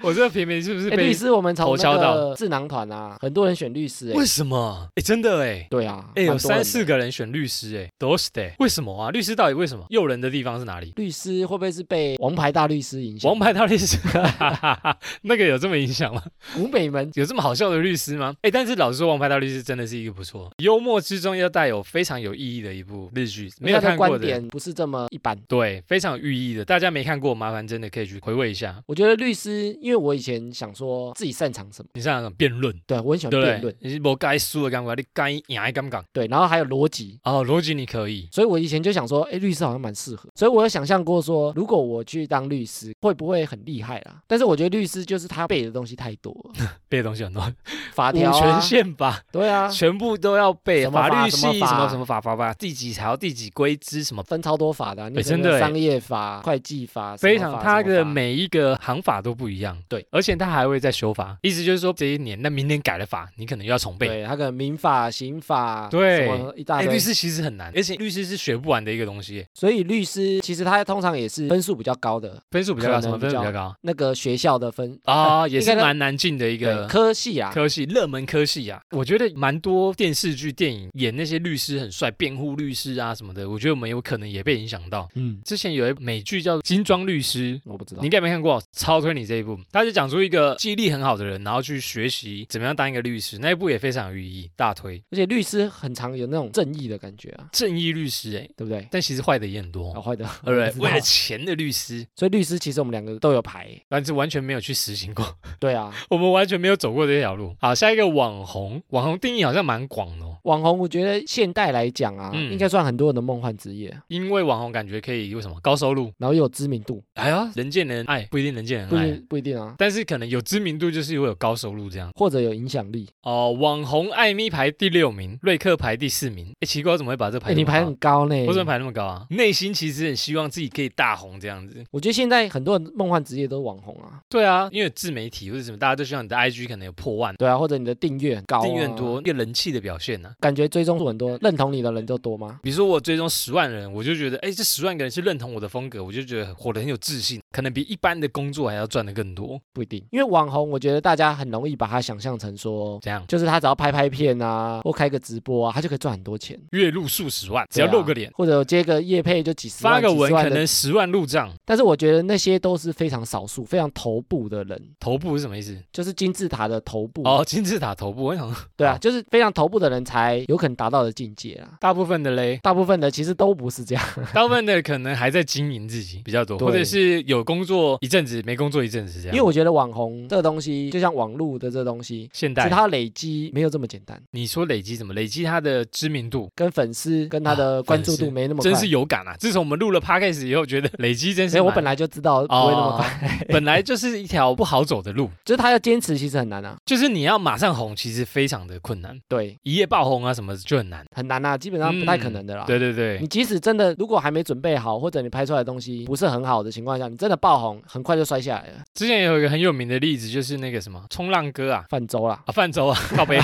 Speaker 1: 我这个平民是 不是
Speaker 2: 哎，
Speaker 1: 被
Speaker 2: 律？师，我们从
Speaker 1: 头敲
Speaker 2: 那
Speaker 1: 到
Speaker 2: 个智囊团啊，很多人选律师、
Speaker 1: 为
Speaker 2: 欸。
Speaker 1: 什么？哎，真的哎。
Speaker 2: 对啊，
Speaker 1: 哎，有
Speaker 2: 蛮多人
Speaker 1: 三
Speaker 2: 的
Speaker 1: 四。个人选律师，哎，都是的。为什么啊？律师到底为什么？诱人的地方是哪里？
Speaker 2: 律师会不会是被王牌大律师影响？
Speaker 1: 王牌大律师， 那个有这么影响吗？
Speaker 2: 古美门
Speaker 1: 有这么好笑的律师吗？哎，但是老实说，王牌大律师真的是一个不错，幽默之中又带有非常有意义的一部日剧，没有
Speaker 2: 他
Speaker 1: 看
Speaker 2: 的
Speaker 1: 过
Speaker 2: 观
Speaker 1: 的。
Speaker 2: 点不是这么一般。
Speaker 1: 对，非常有寓意的，大家没看过，麻烦真的可以去回味一下。
Speaker 2: 我觉得律师，因为我以前想说自己擅长什么，
Speaker 1: 你像那种辩论，
Speaker 2: 对啊我很喜欢
Speaker 1: 对
Speaker 2: 嗯辩
Speaker 1: 不
Speaker 2: 论
Speaker 1: 对，？你是无该输的感觉，你该赢的感觉。
Speaker 2: 对，然后还有逻辑，
Speaker 1: 哦，逻辑你可以，
Speaker 2: 所以我以前就想说，哎，律师好像蛮适合，所以我有想象过说，如果我去当律师，会不会很厉害啦？但是我觉得律师就是他背的东西太多了，
Speaker 1: 背的东西很多，
Speaker 2: 法条
Speaker 1: 五
Speaker 2: 啊
Speaker 1: 权，宪法
Speaker 2: 对啊，
Speaker 1: 全部都要背，
Speaker 2: 什么法
Speaker 1: 律
Speaker 2: 什
Speaker 1: 系
Speaker 2: 么
Speaker 1: 什么
Speaker 2: 法
Speaker 1: 什么法法法，第几条第几规之什么。
Speaker 2: 分超多法的啊，你
Speaker 1: 哎
Speaker 2: 整
Speaker 1: 真
Speaker 2: 个
Speaker 1: 的哎
Speaker 2: 商业法、会计法，什么
Speaker 1: 非
Speaker 2: 法
Speaker 1: 常，
Speaker 2: 什
Speaker 1: 它
Speaker 2: 么
Speaker 1: 的
Speaker 2: 法
Speaker 1: 每一个行法都不一样，
Speaker 2: 对，
Speaker 1: 而且它还会再修法，意思就是说这一年，那明年改了法，你可能又要重背。
Speaker 2: 对，啊他可能民法、刑法，
Speaker 1: 对
Speaker 2: 什么一大
Speaker 1: 哎，
Speaker 2: 堆
Speaker 1: 律。师其实很难，而且律师是学不完的一个东西，
Speaker 2: 所以律师其实他通常也是分数比较高的，
Speaker 1: 分数比较高，
Speaker 2: 可
Speaker 1: 什么
Speaker 2: 能
Speaker 1: 分数
Speaker 2: 比
Speaker 1: 比
Speaker 2: 较
Speaker 1: 较高
Speaker 2: 那个学校的分
Speaker 1: 啊？ 也
Speaker 2: 应
Speaker 1: 是
Speaker 2: 该说
Speaker 1: 蛮难进的一
Speaker 2: 对
Speaker 1: 个
Speaker 2: 科系啊，
Speaker 1: 科系热门科系啊，我觉得蛮多电视剧、电影演那些律师很帅，辩护律师啊什么的，我觉得我们有可能也被影响到。
Speaker 2: 嗯，
Speaker 1: 之前有一美剧叫《金装律师》，
Speaker 2: 我不知道
Speaker 1: 你应。该没看过，超推你这一部。他就讲出一个记忆力很好的人，然后去学习怎么样当一个律师，那一部也非常有意义，大推。
Speaker 2: 而且律师很常有那种正义的感觉啊，
Speaker 1: 正义律师哎、
Speaker 2: 对不对？
Speaker 1: 但其实坏的也很
Speaker 2: 好
Speaker 1: 多，
Speaker 2: 坏的，
Speaker 1: 哦 对不
Speaker 2: 哦我知
Speaker 1: 对？
Speaker 2: 道
Speaker 1: 为了钱的律师，
Speaker 2: 所以律师其实我们两个都有牌，
Speaker 1: 但是完全没有去实行过，
Speaker 2: 对啊。
Speaker 1: 我们完全没有走过这条路。好，下一个网红，网红定义好像蛮广的、哦，
Speaker 2: 网红，我觉得现代来讲啊，
Speaker 1: 嗯
Speaker 2: 应该算很多人的梦幻职业，
Speaker 1: 因为网红感觉可以为什么高收入，
Speaker 2: 然后又有知名度，
Speaker 1: 哎呀，人见人爱不一定人见
Speaker 2: 不
Speaker 1: 人
Speaker 2: 一
Speaker 1: 爱，
Speaker 2: 定不一定啊，
Speaker 1: 但是可能有知名度就是会有高收入这样。
Speaker 2: 或者有影响力。
Speaker 1: 哦，网红艾咪排第六名，瑞克排第四名。哎，奇怪，我怎么会把这排那
Speaker 2: 哎，
Speaker 1: 么
Speaker 2: 你
Speaker 1: 高？
Speaker 2: 牌很高呢。
Speaker 1: 我怎么排那么高啊？内心其实很希望自己可以大红这样子。
Speaker 2: 我觉得现在很多人梦幻职业都是网红啊，
Speaker 1: 对啊，因为自媒体或者什么，大家都希望你的 IG 可能有破万。
Speaker 2: 对啊，或者你的订阅很高、啊，
Speaker 1: 订阅很多，一个人气的表现呢、啊。
Speaker 2: 感觉追踪数很多，认同你的人就多吗？
Speaker 1: 比如说我追踪十万人，我就觉得，哎，这十万个人是认同我的风格，我就觉得活得很有自信，可能比一般的工作还要赚的更多。
Speaker 2: 不一定，因为网红，我觉得大家很容易把他想象成说，
Speaker 1: 这样
Speaker 2: 就是他只要拍拍片啊，或开个直播啊，他就可以赚很多钱，
Speaker 1: 月入数十万，只
Speaker 2: 对啊
Speaker 1: 要露个脸，
Speaker 2: 或者接个业配就几十万、
Speaker 1: 发个
Speaker 2: 几
Speaker 1: 文
Speaker 2: 十
Speaker 1: 可
Speaker 2: 万的。
Speaker 1: 能十万入账。
Speaker 2: 但是我觉得那些都是非常少数、非常头部的人，
Speaker 1: 头部是什么意思？
Speaker 2: 就是金字塔的头部。
Speaker 1: 哦，金字塔头部，我想 说
Speaker 2: 对啊，
Speaker 1: 好
Speaker 2: 就是非常头部的人才有可能达到的境界啊。
Speaker 1: 大部分的嘞，
Speaker 2: 大部分的其实都不是这样，
Speaker 1: 大部分的可能还在经营自己比较多，
Speaker 2: 对
Speaker 1: 或者是有工作一阵子，没工作一阵子这
Speaker 2: 因
Speaker 1: 样。
Speaker 2: 为我觉得网红这个东西，就像网络的这东西，
Speaker 1: 现
Speaker 2: 其
Speaker 1: 代，
Speaker 2: 实它累积没有这么简单，
Speaker 1: 你说累积什么？累积他的知名度，
Speaker 2: 跟粉丝跟他
Speaker 1: 啊
Speaker 2: 的关注
Speaker 1: 粉丝
Speaker 2: 度没那么快。
Speaker 1: 真是有感啊！自从我们录了 podcast 以后，觉得累积真是
Speaker 2: 所以
Speaker 1: 蛮。
Speaker 2: 我本来就知道不会那么快，
Speaker 1: 哦本来就是一条不好走的路，
Speaker 2: 就是他要坚持其实很难啊。
Speaker 1: 就是你要马上红，其实非常的困难，
Speaker 2: 对，
Speaker 1: 一夜爆红啊什么就很难。
Speaker 2: 很难啊，基本上不太可能的啦。
Speaker 1: 嗯对对对
Speaker 2: 你，即使真的如果还没准备好，或者你拍出来的东西不是很好的情况下，你真的爆红，很快就摔下来了，
Speaker 1: 之前有一个很有名的例子，就是那个什么冲浪哥啊。
Speaker 2: 泛舟啦。
Speaker 1: 啊，泛舟 啊，靠 背，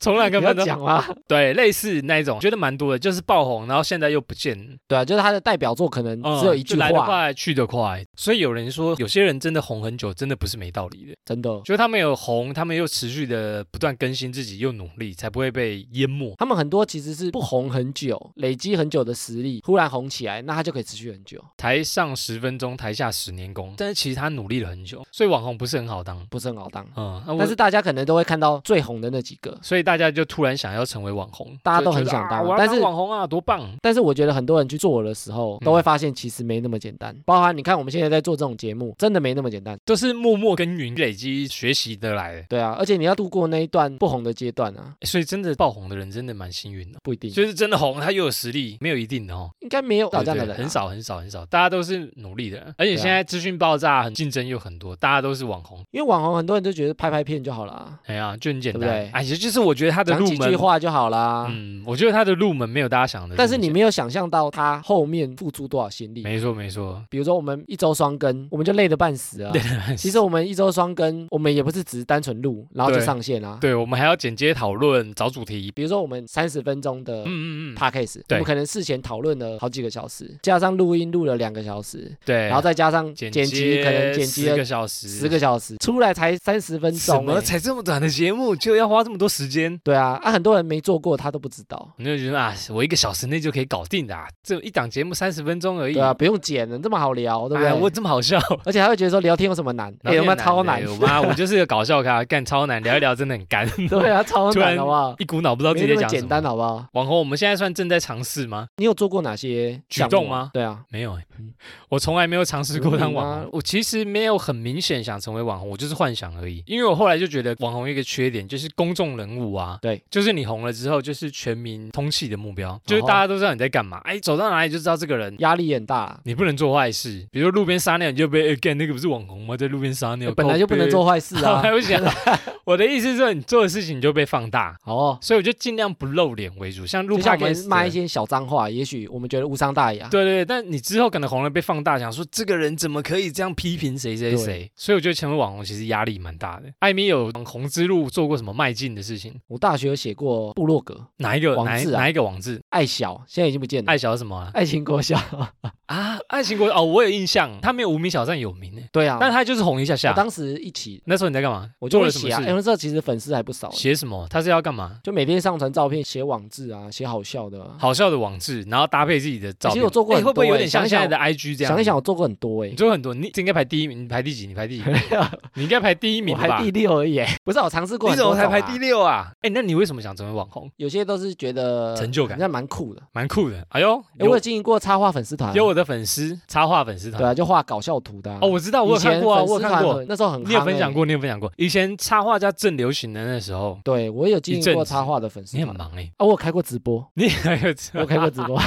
Speaker 1: 冲浪
Speaker 2: 你
Speaker 1: 跟
Speaker 2: 要
Speaker 1: 泛舟，
Speaker 2: 讲 啦，
Speaker 1: 对，类似那一种，觉得蛮多的，就是爆红，然后现在又不见，
Speaker 2: 对啊，就是他的代表作可能
Speaker 1: 嗯
Speaker 2: 只有一
Speaker 1: 就
Speaker 2: 句
Speaker 1: 来得
Speaker 2: 话，
Speaker 1: 快，去得快。所以有人说，有些人真的红很久，真的不是没道理的。
Speaker 2: 真的
Speaker 1: 就是他们有红，他们又持续的不断更新自己，又努力，才不会被淹没。
Speaker 2: 他们很多其实是不红很久，累积很久的实力，忽然红起来，那他就可以持续很久，
Speaker 1: 台上十分钟，台下十年功。但是其实他努力了很久，所以网红不是很好当。
Speaker 2: 不是很好当。
Speaker 1: 嗯，那我
Speaker 2: 但是大家可能都会看到最红的那几个，
Speaker 1: 所以大家就突然想要成为网红，
Speaker 2: 大家都
Speaker 1: 就觉
Speaker 2: 很
Speaker 1: 得
Speaker 2: 想
Speaker 1: 啊
Speaker 2: 当
Speaker 1: 我要
Speaker 2: 但
Speaker 1: 当
Speaker 2: 是
Speaker 1: 网红啊，多棒！
Speaker 2: 但是我觉得很多人去做的时候，
Speaker 1: 嗯
Speaker 2: 都会发现其实没那么简单。包含你看我们现在在做这种节目，真的没那么简单。
Speaker 1: 都是默默耕耘、累积、学习得来的。
Speaker 2: 对啊，而且你要度过那一段不红的阶段啊，
Speaker 1: 所以真的爆红的人真的蛮幸运的，
Speaker 2: 不一定，
Speaker 1: 就是真的红，他又有实力，没有一定的哦，
Speaker 2: 应该没有
Speaker 1: 对
Speaker 2: 到这样的
Speaker 1: 对
Speaker 2: 人、啊
Speaker 1: 很。少很少很少，大家都是努力的，而且
Speaker 2: 对啊
Speaker 1: 现在资讯爆炸，很竞争又很多，大家都是网红，
Speaker 2: 因为网红很多人都觉得拍拍片就好啦，
Speaker 1: 哎呀，就很简
Speaker 2: 对不对
Speaker 1: 单，哎，其实就是我觉得他的
Speaker 2: 讲
Speaker 1: 入
Speaker 2: 几句
Speaker 1: 门，
Speaker 2: 话就好啦。
Speaker 1: 嗯，我觉得他的入门没有大家想的这么
Speaker 2: 但
Speaker 1: 简单，
Speaker 2: 是你没有想象到他后面付出多少心力。
Speaker 1: 没错没错，
Speaker 2: 比如说我们一周双更，我们就累得半死啊。其实我们一周双更，我们也不是只是单纯录，然后就
Speaker 1: 对
Speaker 2: 上线啊。
Speaker 1: 对我们还要剪接讨论，找主题，
Speaker 2: 比如说我们三十分钟的
Speaker 1: 嗯嗯嗯，
Speaker 2: podcast，、我
Speaker 1: 对
Speaker 2: 们可能事前讨论了好几个小时，加上录音录了两个小时，
Speaker 1: 对，啊
Speaker 2: 然后再加上
Speaker 1: 剪
Speaker 2: 剪辑，可能剪辑
Speaker 1: 十个
Speaker 2: 了
Speaker 1: 小时，
Speaker 2: 十个小时，出来才三十分
Speaker 1: 什
Speaker 2: 钟、
Speaker 1: 么
Speaker 2: 欸。
Speaker 1: 才这么短的节目就要花这么多时间？
Speaker 2: 对啊，啊，很多人没做过，他都不知道。
Speaker 1: 你就觉得啊，我一个小时内就可以搞定的、啊，这一档节目三十分钟而已。
Speaker 2: 对啊，不用剪了，这么好聊，对不对？
Speaker 1: 哎，我这么好笑，
Speaker 2: 而且还会觉得说聊天有什么难？哎、有没有超难？
Speaker 1: 欸我妈，我就是个搞笑咖，干超难，聊一聊真的很 干，
Speaker 2: 对啊，超
Speaker 1: 突然
Speaker 2: 难好不好？
Speaker 1: 一股脑不知道自
Speaker 2: 没
Speaker 1: 己在
Speaker 2: 那么
Speaker 1: 讲什
Speaker 2: 简
Speaker 1: 么。
Speaker 2: 单好啊不好？
Speaker 1: 网红，我们现在算正在尝试吗？
Speaker 2: 你有做过哪些
Speaker 1: 举
Speaker 2: 项目
Speaker 1: 动
Speaker 2: 啊
Speaker 1: 吗
Speaker 2: 对啊，
Speaker 1: 没有欸、
Speaker 2: 嗯
Speaker 1: 我从来没有尝试过当
Speaker 2: 有
Speaker 1: 网
Speaker 2: 你
Speaker 1: 红。我其实没有很明显想成为网红，我就是幻想而已。因为我后来就觉得网红有一个缺点就是公众人物啊，
Speaker 2: 对，
Speaker 1: 就是你红了之后就是全民通气的目标，
Speaker 2: 哦
Speaker 1: 就是大家都知道你在干嘛，哎，走到哪里就知道这个人。
Speaker 2: 压力很大啊、
Speaker 1: 你不能做坏事，比如路边撒尿，你就被 again 那个不是网红吗？在路边撒尿，
Speaker 2: 欸呃本来就不能做坏事
Speaker 1: 靠背。
Speaker 2: 啊
Speaker 1: 还。不想，我的意思是说，你做的事情你就被放大，
Speaker 2: 好哦，
Speaker 1: 所以我就尽量不露脸为主，像录
Speaker 2: 就像我
Speaker 1: podcast
Speaker 2: 们骂一
Speaker 1: 的
Speaker 2: 些小脏话，也许我们觉得无伤大雅。
Speaker 1: 对对，对但你之后可能红了被放大，想说这个人怎么可以这样批评谁谁谁，所以我觉得成为网红其实压力蛮大的。艾米有网红之路做过什么迈进的事情？
Speaker 2: 我大学有写过部落格，
Speaker 1: 哪一个
Speaker 2: 网
Speaker 1: 哪一
Speaker 2: 志啊
Speaker 1: 哪一个网志？
Speaker 2: 爱小现在已经不见了。
Speaker 1: 爱小什么啊？
Speaker 2: 爱情 国小，
Speaker 1: 啊爱情国哦，我有印象，他没有无名小站有名诶，
Speaker 2: 对啊，
Speaker 1: 但他就是红一下下
Speaker 2: 我。当时一起，
Speaker 1: 那时候你在干嘛？
Speaker 2: 我就
Speaker 1: 做
Speaker 2: 会
Speaker 1: 了什
Speaker 2: 写
Speaker 1: 么
Speaker 2: 啊，哎
Speaker 1: 事？
Speaker 2: 那时候其实粉丝还不少，
Speaker 1: 写什么？他是要干嘛？
Speaker 2: 就每天上传照片，写网志啊，写好笑的啊。
Speaker 1: 好笑的网志，然后搭配自己的照片。
Speaker 2: 其实我做过
Speaker 1: 哎
Speaker 2: 很
Speaker 1: 会不会
Speaker 2: 多
Speaker 1: 有
Speaker 2: 欸
Speaker 1: 点像
Speaker 2: 想一
Speaker 1: 现
Speaker 2: 想
Speaker 1: 在的 IG 这样？
Speaker 2: 想一想，，我做过很多哎
Speaker 1: 你，做很多，你这应该排第一名，你排第几？你排 第几？你应该排第一名
Speaker 2: 我
Speaker 1: 吧？
Speaker 2: 还第六而已欸，不是我尝试过
Speaker 1: 你
Speaker 2: 很
Speaker 1: 怎么
Speaker 2: 多种
Speaker 1: 才
Speaker 2: 啊
Speaker 1: 排第六啊？哎、那你为什么想成为网红？
Speaker 2: 有些都是觉得
Speaker 1: 成就感
Speaker 2: 好像蛮酷的。
Speaker 1: 蛮酷的，哎呦，
Speaker 2: 哎我有
Speaker 1: 有
Speaker 2: 经营过插画粉丝团啊，
Speaker 1: 有我的粉丝插画粉丝团
Speaker 2: 对啊，就画搞笑图的啊。
Speaker 1: 哦，我知道，我有
Speaker 2: 以前
Speaker 1: 看过啊，
Speaker 2: 粉丝
Speaker 1: 我有看
Speaker 2: 团
Speaker 1: 过
Speaker 2: 很，那时候很
Speaker 1: 你有
Speaker 2: 夯
Speaker 1: 分
Speaker 2: 欸
Speaker 1: 享。过，你有分享过，以前插画家正流行的那时候，
Speaker 2: 对，我有经
Speaker 1: 一
Speaker 2: 营
Speaker 1: 阵
Speaker 2: 过
Speaker 1: 子
Speaker 2: 插画的粉丝
Speaker 1: 你
Speaker 2: 团
Speaker 1: 很忙哎、
Speaker 2: 啊，我有开过直 播，
Speaker 1: 你还有
Speaker 2: 我有开过直播，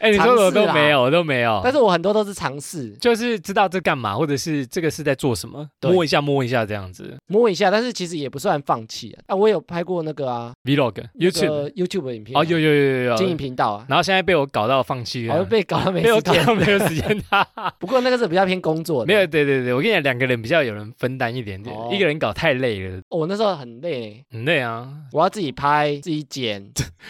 Speaker 1: 哎、你说的我
Speaker 2: 尝试
Speaker 1: 都
Speaker 2: 啦
Speaker 1: 没有，我都没有，
Speaker 2: 但是我很多都是尝试
Speaker 1: 就是知道这干嘛，或者是这个是在做什么，
Speaker 2: 对
Speaker 1: 摸一下摸一下这样子
Speaker 2: 摸一下，但是其实也不算放弃啊。啊，我有拍过那个啊
Speaker 1: vlog
Speaker 2: 那
Speaker 1: YouTube
Speaker 2: 个 YouTube 影片啊
Speaker 1: 哦，有有有有
Speaker 2: 经营
Speaker 1: 有，
Speaker 2: 频道啊，
Speaker 1: 然后现在被我搞到放弃
Speaker 2: 好
Speaker 1: 了
Speaker 2: 像。被搞到没
Speaker 1: 被我
Speaker 2: 时
Speaker 1: 搞
Speaker 2: 间。
Speaker 1: 到没有时间 搭，
Speaker 2: 不过那个是比较偏工作的，
Speaker 1: 没有，对对对，我跟你讲，两个人比较有人分担一点点，
Speaker 2: 哦
Speaker 1: 一个人搞太累了，
Speaker 2: 哦我那时候很累欸，
Speaker 1: 很累啊，
Speaker 2: 我要自己拍、自己 剪，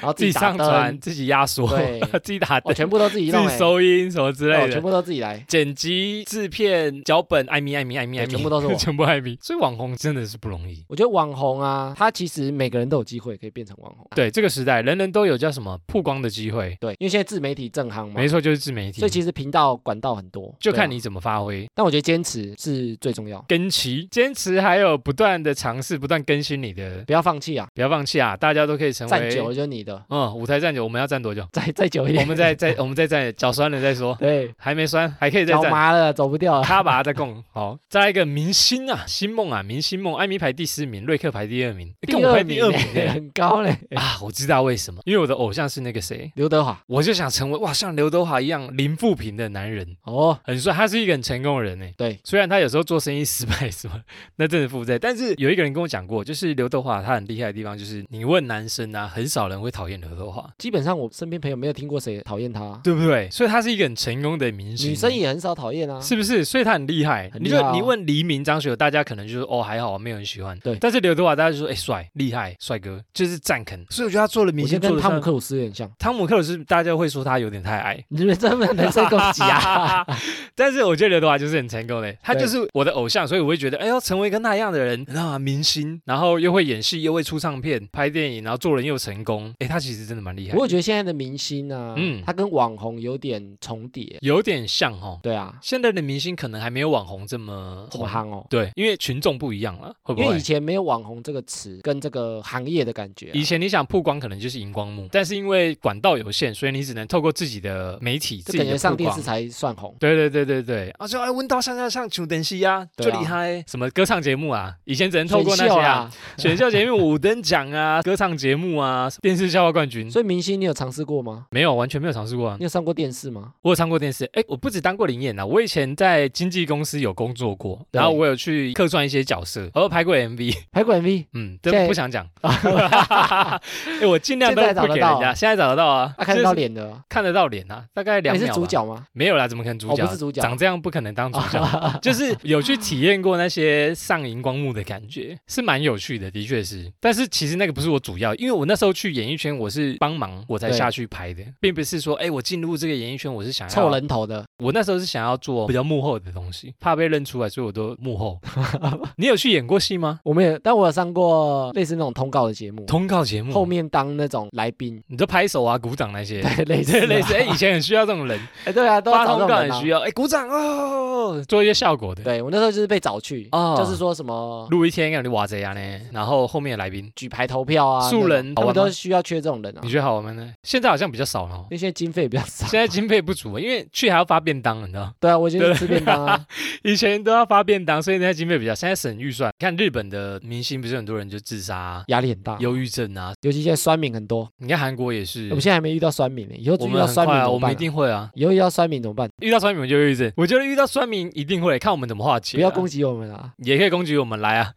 Speaker 2: 然后
Speaker 1: 自己
Speaker 2: 打
Speaker 1: 上传、
Speaker 2: 灯，
Speaker 1: 自己压缩、
Speaker 2: 对，
Speaker 1: 自己打
Speaker 2: 我
Speaker 1: 灯、
Speaker 2: 全部都自己
Speaker 1: 自
Speaker 2: 弄
Speaker 1: 己
Speaker 2: 欸，
Speaker 1: 收音什么之
Speaker 2: 对
Speaker 1: 类
Speaker 2: 我全
Speaker 1: 的。
Speaker 2: 部都自己来。
Speaker 1: 剪辑、制片、脚本，艾米、艾米、艾米、
Speaker 2: 对
Speaker 1: 艾米，
Speaker 2: 全部都是 我
Speaker 1: 全部艾米。所以网红真的是不容易。
Speaker 2: 我觉得网红啊，他其实每个人都有机会可以变成网红，啊
Speaker 1: 对这个时代，人人都有叫什么曝光的机会，
Speaker 2: 对，因为现在自媒体正夯嘛
Speaker 1: 没，错，就是自媒体
Speaker 2: 所以。其实频道管道很多，
Speaker 1: 就
Speaker 2: 对啊
Speaker 1: 看你怎么发挥，
Speaker 2: 但我觉得坚持是最重要，
Speaker 1: 跟其坚持，还有不断的尝试，不断更新你的，
Speaker 2: 不要放弃啊！
Speaker 1: 不要放弃啊！大家都可以成
Speaker 2: 站久了
Speaker 1: 为，
Speaker 2: 就是你的，？
Speaker 1: 嗯，舞台站久，我们要站多久
Speaker 2: 再再久一
Speaker 1: 我
Speaker 2: 点，
Speaker 1: 们再再我们再站，脚酸了再说，
Speaker 2: 对，
Speaker 1: 还没酸，还可以再
Speaker 2: 脚
Speaker 1: 站。
Speaker 2: 麻了，走不掉了。
Speaker 1: 他把他在供好，再来一个明星啊，星梦啊，明星梦，艾米排第四名，瑞克排第二名， 诶跟我排第二名
Speaker 2: 欸
Speaker 1: 欸
Speaker 2: 很 高嘞。
Speaker 1: 啊，我知道为什么，因为我的偶像是那个谁，
Speaker 2: 刘德华，
Speaker 1: 我就想成为哇，像刘德华一样零负评的男人，
Speaker 2: 哦，
Speaker 1: 很帅，他是一个很成功的人欸呢。
Speaker 2: 对，
Speaker 1: 虽然他有时候做生意失败什么， 那真的负债，但是有一个人跟我讲过，就是刘德华他很厉害的地方，就是你问男生啊，很少人会讨厌刘德华，
Speaker 2: 基本上我身边朋友没有听过谁讨厌他，啊
Speaker 1: 对不对？所以他是一个很成功的明星。
Speaker 2: 女生也很少讨厌啊。
Speaker 1: 是不是？所以他很厉害。
Speaker 2: 很
Speaker 1: 你
Speaker 2: 厉害
Speaker 1: 就
Speaker 2: 啊
Speaker 1: 你问黎明、张学友，大家可能就是哦还好，没有人喜欢。
Speaker 2: 对
Speaker 1: 但是刘德华大家就说哎帅、厉害，帅哥，就是赞肯。所以我觉得他做了明
Speaker 2: 我
Speaker 1: 星
Speaker 2: 先
Speaker 1: 做
Speaker 2: 跟
Speaker 1: 的
Speaker 2: 汤姆克鲁斯有点像。
Speaker 1: 汤姆克鲁斯大家会说他有点太矮，
Speaker 2: 你们真的人身攻击 啊！
Speaker 1: 但是我觉得刘德华就是很成功的，他就是我的偶像，所以我会觉得，哎呦，成为一个那样的人，你知道吗？明星，然后又会演戏，又会出唱片、拍电影，然后做人又成功，哎，他其实真的蛮厉害
Speaker 2: 不，过我觉得现在的明星啊，
Speaker 1: 嗯
Speaker 2: 他跟网红有点重叠。
Speaker 1: 有点像哦。
Speaker 2: 对啊，
Speaker 1: 现在的明星可能还没有网红这么
Speaker 2: 这么
Speaker 1: 红，
Speaker 2: 夯哦。
Speaker 1: 对，因为群众不一样了，会不
Speaker 2: 因为
Speaker 1: 会
Speaker 2: 以？前没有“网红”这个词跟这个行业的感觉啊、
Speaker 1: 以前你想曝光可能就是荧光幕，但是因为管道有限，所以你只能透过自己的媒体、自
Speaker 2: 就
Speaker 1: 己
Speaker 2: 感
Speaker 1: 的
Speaker 2: 觉上
Speaker 1: 曝
Speaker 2: 电
Speaker 1: 光
Speaker 2: 视。才算红。
Speaker 1: 对对对对对，啊，就哎，温刀向下上求等西呀，就
Speaker 2: 对啊
Speaker 1: 厉害。什么歌唱节目啊，以前只能透过那
Speaker 2: 选秀
Speaker 1: 些啊，
Speaker 2: 啦，
Speaker 1: 选秀节目、五等奖啊、歌唱节目啊、电视笑话冠军。
Speaker 2: 所以明星你有尝试过吗？
Speaker 1: 没有，完全没有尝试过啊
Speaker 2: 你！有上过电视吗？
Speaker 1: 我有上过电视，哎，我不止当过灵演啊，我以前在经纪公司有工作过，
Speaker 2: 对
Speaker 1: 然后我有去客串一些角色，我有拍过 MV，
Speaker 2: 拍过 MV
Speaker 1: 嗯，
Speaker 2: 现
Speaker 1: 这
Speaker 2: 在
Speaker 1: 不想 讲。哎，我尽量都
Speaker 2: 现在找
Speaker 1: 不
Speaker 2: 得
Speaker 1: 给
Speaker 2: 到
Speaker 1: 人家，现在找得到啊，
Speaker 2: 啊，看得到
Speaker 1: 就是
Speaker 2: 脸的啊，
Speaker 1: 看得到脸啊，大概两
Speaker 2: 你
Speaker 1: 秒
Speaker 2: 是
Speaker 1: 吧。
Speaker 2: 主角吗？
Speaker 1: 没有啦，怎么可能主角？
Speaker 2: 哦不是主角
Speaker 1: 长这样不可能当主 角。就是有去体验过那些上荧光幕的感觉，是蛮有趣的，的确是。但是其实那个不是我主要，因为我那时候去演艺圈，我是帮忙我才
Speaker 2: 对
Speaker 1: 下去拍的，并不是说，哎，我进入这个演艺圈，我是想要
Speaker 2: 凑。人头的，
Speaker 1: 我那时候是想要做比较幕后的东西，怕被认出来，所以我都幕 后。你有去演过戏吗？
Speaker 2: 我没有，但我有上过类似那种通告的节目，
Speaker 1: 通告节目
Speaker 2: 后面当那种来宾，
Speaker 1: 你就拍手啊、鼓掌那些。
Speaker 2: 对，类似
Speaker 1: 对，
Speaker 2: 啊
Speaker 1: 类似，哎、以前很需要这种人，
Speaker 2: 哎，对 啊，都要
Speaker 1: 发
Speaker 2: 找这
Speaker 1: 通
Speaker 2: 种
Speaker 1: 告
Speaker 2: 人
Speaker 1: 很
Speaker 2: 啊
Speaker 1: 需。要，哎、鼓掌哦，做一些效果的。
Speaker 2: 对我那时候就是被找去，
Speaker 1: 哦
Speaker 2: 就是说什么
Speaker 1: 录一天让你哇这样呢，然后后面的来宾，
Speaker 2: 举牌投票啊，
Speaker 1: 素人
Speaker 2: 那种他
Speaker 1: 好
Speaker 2: 们
Speaker 1: 玩吗
Speaker 2: 都需要缺这种人啊，
Speaker 1: 你
Speaker 2: 因
Speaker 1: 觉得好玩吗呢？现在好像比较少了哦，
Speaker 2: 为现在经费比较少。
Speaker 1: 现在经费不足，因为去还要发便当，你知 道，
Speaker 2: 对啊，我就是
Speaker 1: 对
Speaker 2: 吃便 当啊，
Speaker 1: 以前都要发便当，所以现在经费比较，现在省预算。你看日本的明星不是很多人就自杀、啊、
Speaker 2: 压力很大，
Speaker 1: 忧郁症啊，
Speaker 2: 尤其现在酸民很多，
Speaker 1: 你看韩国也是
Speaker 2: 我们，现在还没遇到酸民呢，以后
Speaker 1: 我
Speaker 2: 遇到
Speaker 1: 们很
Speaker 2: 酸
Speaker 1: 快
Speaker 2: 民
Speaker 1: 啊，
Speaker 2: 怎
Speaker 1: 我
Speaker 2: 么
Speaker 1: 们
Speaker 2: 办
Speaker 1: 一
Speaker 2: 啊？
Speaker 1: 定会啊，
Speaker 2: 以后遇到酸民怎么办？
Speaker 1: 遇到酸民我们就忧郁症，我觉得遇到酸民一定会，看我们怎么化解、
Speaker 2: 不要攻。击我们啊！
Speaker 1: 也可以攻击我们来 啊，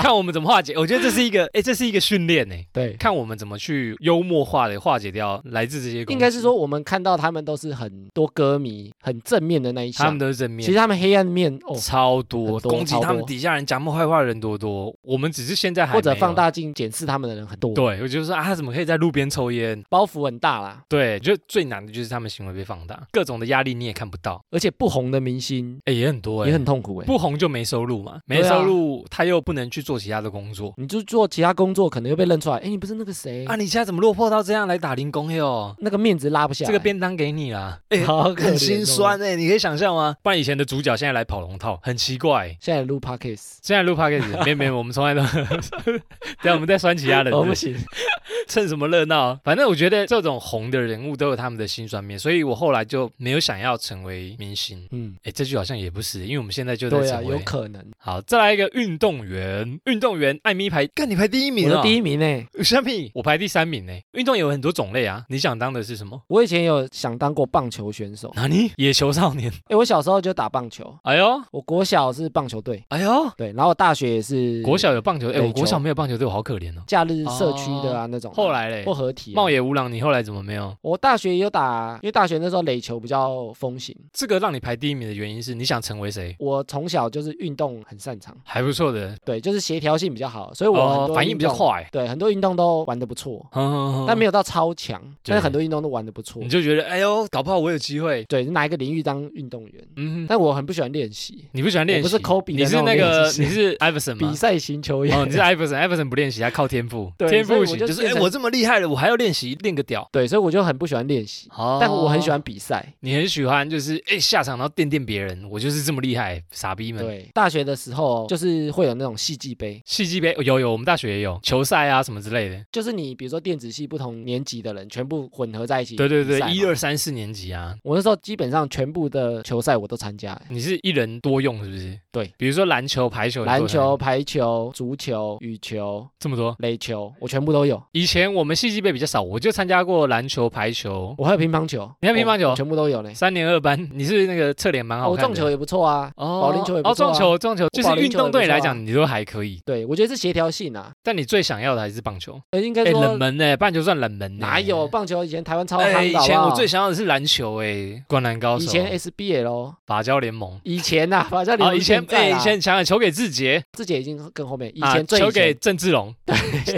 Speaker 1: 看我们怎么化解。我觉得这是一个，哎、这是一个训练呢，
Speaker 2: 对，
Speaker 1: 看我们怎么去幽默化的化解掉来自这些攻击。
Speaker 2: 应该是说我们看到他们都是很多歌迷很正面的那一
Speaker 1: 他们
Speaker 2: 项，
Speaker 1: 都是正
Speaker 2: 其
Speaker 1: 面
Speaker 2: 实，他们黑暗面哦，
Speaker 1: 超多
Speaker 2: 很多
Speaker 1: 攻击
Speaker 2: 超
Speaker 1: 他们
Speaker 2: 多
Speaker 1: 底下人讲他们坏话的人多多，我们只是现在还
Speaker 2: 或者
Speaker 1: 没有
Speaker 2: 放。大镜检视他们的人很多，
Speaker 1: 对，我就说啊，他怎么可以在路边抽烟？
Speaker 2: 包袱很大啦。
Speaker 1: 对，就最难的就是他们行为被放大，各种的压力你也看不到，
Speaker 2: 而且不红的明星
Speaker 1: 哎，也很多哎，
Speaker 2: 也很痛苦哎、
Speaker 1: 不红就没收入嘛，没
Speaker 2: 对啊
Speaker 1: 收入他又不能去做其他的工作
Speaker 2: 你就做其他工作，可能又被认出来，哎，你不是那个谁，
Speaker 1: 啊，你现在怎么落魄到这样来打零工哟？
Speaker 2: 那个面子拉不下来，
Speaker 1: 这个便当给你啦，哎，
Speaker 2: 好可怜哦
Speaker 1: 很心酸。哎，你可以想象吗？不然以前的主角现在来跑龙套，很奇怪。
Speaker 2: 现在录 podcast，
Speaker 1: 现在录 podcast，没没，我们从来都， 等下我们再酸其他人。
Speaker 2: 我哦不行，
Speaker 1: 趁什么热闹？反正我觉得这种红的人物都有他们的辛酸面，所以我后来就没有想要成为明星。
Speaker 2: 嗯，
Speaker 1: 哎，这句好像也不是，因为我们现在就在
Speaker 2: 对啊，
Speaker 1: 成为。
Speaker 2: 有可能，
Speaker 1: 好，再来一个运动员，运动员艾米排，干你排第一名欸
Speaker 2: 我的第
Speaker 1: 一，
Speaker 2: 一名欸呢，
Speaker 1: 什么？ 我排第三名呢。运动员有很多种类啊，你想当的是什么？
Speaker 2: 我以前有想当过棒球选 手，
Speaker 1: 哪里？野球少年。
Speaker 2: 哎，我小时候就打棒球，
Speaker 1: 哎呦，
Speaker 2: 我国小是棒球队，
Speaker 1: 哎呦，
Speaker 2: 对，然后我大学也是
Speaker 1: 国小有棒球，哎，
Speaker 2: 垒球
Speaker 1: 我国小没有棒球队，我好可怜哦。
Speaker 2: 假日社区的啊那种啊，
Speaker 1: 哦后来嘞
Speaker 2: 或，合体啊
Speaker 1: 茂野无郎，你后来怎么没有？
Speaker 2: 我大学也有打，因为大学那时候垒球比较风行，
Speaker 1: 这个让你排第一名的原因是你想成为谁？
Speaker 2: 我从小就是运动很擅长，
Speaker 1: 还不错的，
Speaker 2: 对，就是协调性比较好，所以我很
Speaker 1: 哦，
Speaker 2: 多
Speaker 1: 反应比较
Speaker 2: 运动，
Speaker 1: 快。
Speaker 2: 对，很多运动都玩得不错，但
Speaker 1: 但
Speaker 2: 没有到超强，但是很多运动都玩得不错
Speaker 1: 你。就觉得哎呦，搞不好我有机会。
Speaker 2: 对，哪一个领域当运动员？
Speaker 1: 嗯哼，
Speaker 2: 但我很不喜欢练习，
Speaker 1: 你不喜欢练习，
Speaker 2: 我不是 Kobe 的
Speaker 1: 你是
Speaker 2: 那种
Speaker 1: 那个
Speaker 2: 练习
Speaker 1: 你是 Iverson
Speaker 2: 比
Speaker 1: 吗？
Speaker 2: 赛型球员。
Speaker 1: 哦，你是 Iverson，Iverson 不练习，他靠天赋，
Speaker 2: 对
Speaker 1: 天赋
Speaker 2: 所
Speaker 1: 型
Speaker 2: 以我就
Speaker 1: 就是
Speaker 2: 变
Speaker 1: 哎，
Speaker 2: 成
Speaker 1: 我这么厉害了，我还要练习练个屌。
Speaker 2: 对，所以我就很不喜欢练习，
Speaker 1: 哦
Speaker 2: 但我很喜，欢比赛。
Speaker 1: 你很喜欢就是哎下场然后垫垫别人，我就是这么厉害，傻逼们。
Speaker 2: 对，大学的时候就是会有那种戏剧杯，
Speaker 1: 戏剧杯有有，我们大学也有球赛啊什么之类的。
Speaker 2: 就是你比如说电子系不同年级的人全部混合在一起。
Speaker 1: 对对对，一
Speaker 2: 一
Speaker 1: 二三四年级啊，
Speaker 2: 我那时候基本上全部的球赛我都参加，欸
Speaker 1: 你是一人多用是不是？
Speaker 2: 对，
Speaker 1: 比如说篮球、排球、
Speaker 2: 篮球、排球、足球、羽球、
Speaker 1: 这么多。
Speaker 2: 垒球，我全部都有。
Speaker 1: 以前我们戏剧杯比较少，我就参加过篮球、排球，
Speaker 2: 我还有乒乓球，
Speaker 1: 你还有乒乓球
Speaker 2: 我我全部都有呢。哦
Speaker 1: 三年二班，你是那个侧脸蛮好
Speaker 2: 我
Speaker 1: 看的。
Speaker 2: 撞球也不错啊，
Speaker 1: 哦
Speaker 2: 保龄球也不错啊
Speaker 1: 哦，撞球撞球
Speaker 2: 我
Speaker 1: 就
Speaker 2: 保
Speaker 1: 是
Speaker 2: 龄
Speaker 1: 运
Speaker 2: 球也
Speaker 1: 动对你
Speaker 2: 不错啊
Speaker 1: 来讲，你都还可以。
Speaker 2: 对我觉得是协调性啊。
Speaker 1: 但你最想要的还是棒球，
Speaker 2: 呃，应
Speaker 1: 哎、
Speaker 2: 该说
Speaker 1: 冷门呢、棒球算冷门、呢
Speaker 2: 哪有？棒球？以前台湾超夯
Speaker 1: 哎、
Speaker 2: 的，
Speaker 1: 以
Speaker 2: 好不
Speaker 1: 前我
Speaker 2: 好
Speaker 1: 最想要的是篮球、哎，灌篮高手，
Speaker 2: 以前 SBL，
Speaker 1: 法交联盟，
Speaker 2: 以前 呐，反正你
Speaker 1: 啊，
Speaker 2: 们
Speaker 1: 以前
Speaker 2: 哎，
Speaker 1: 哎、以前想要球给志杰，
Speaker 2: 自己已经更后面，以
Speaker 1: 啊
Speaker 2: 前最以
Speaker 1: 球给
Speaker 2: 前
Speaker 1: 郑志龙，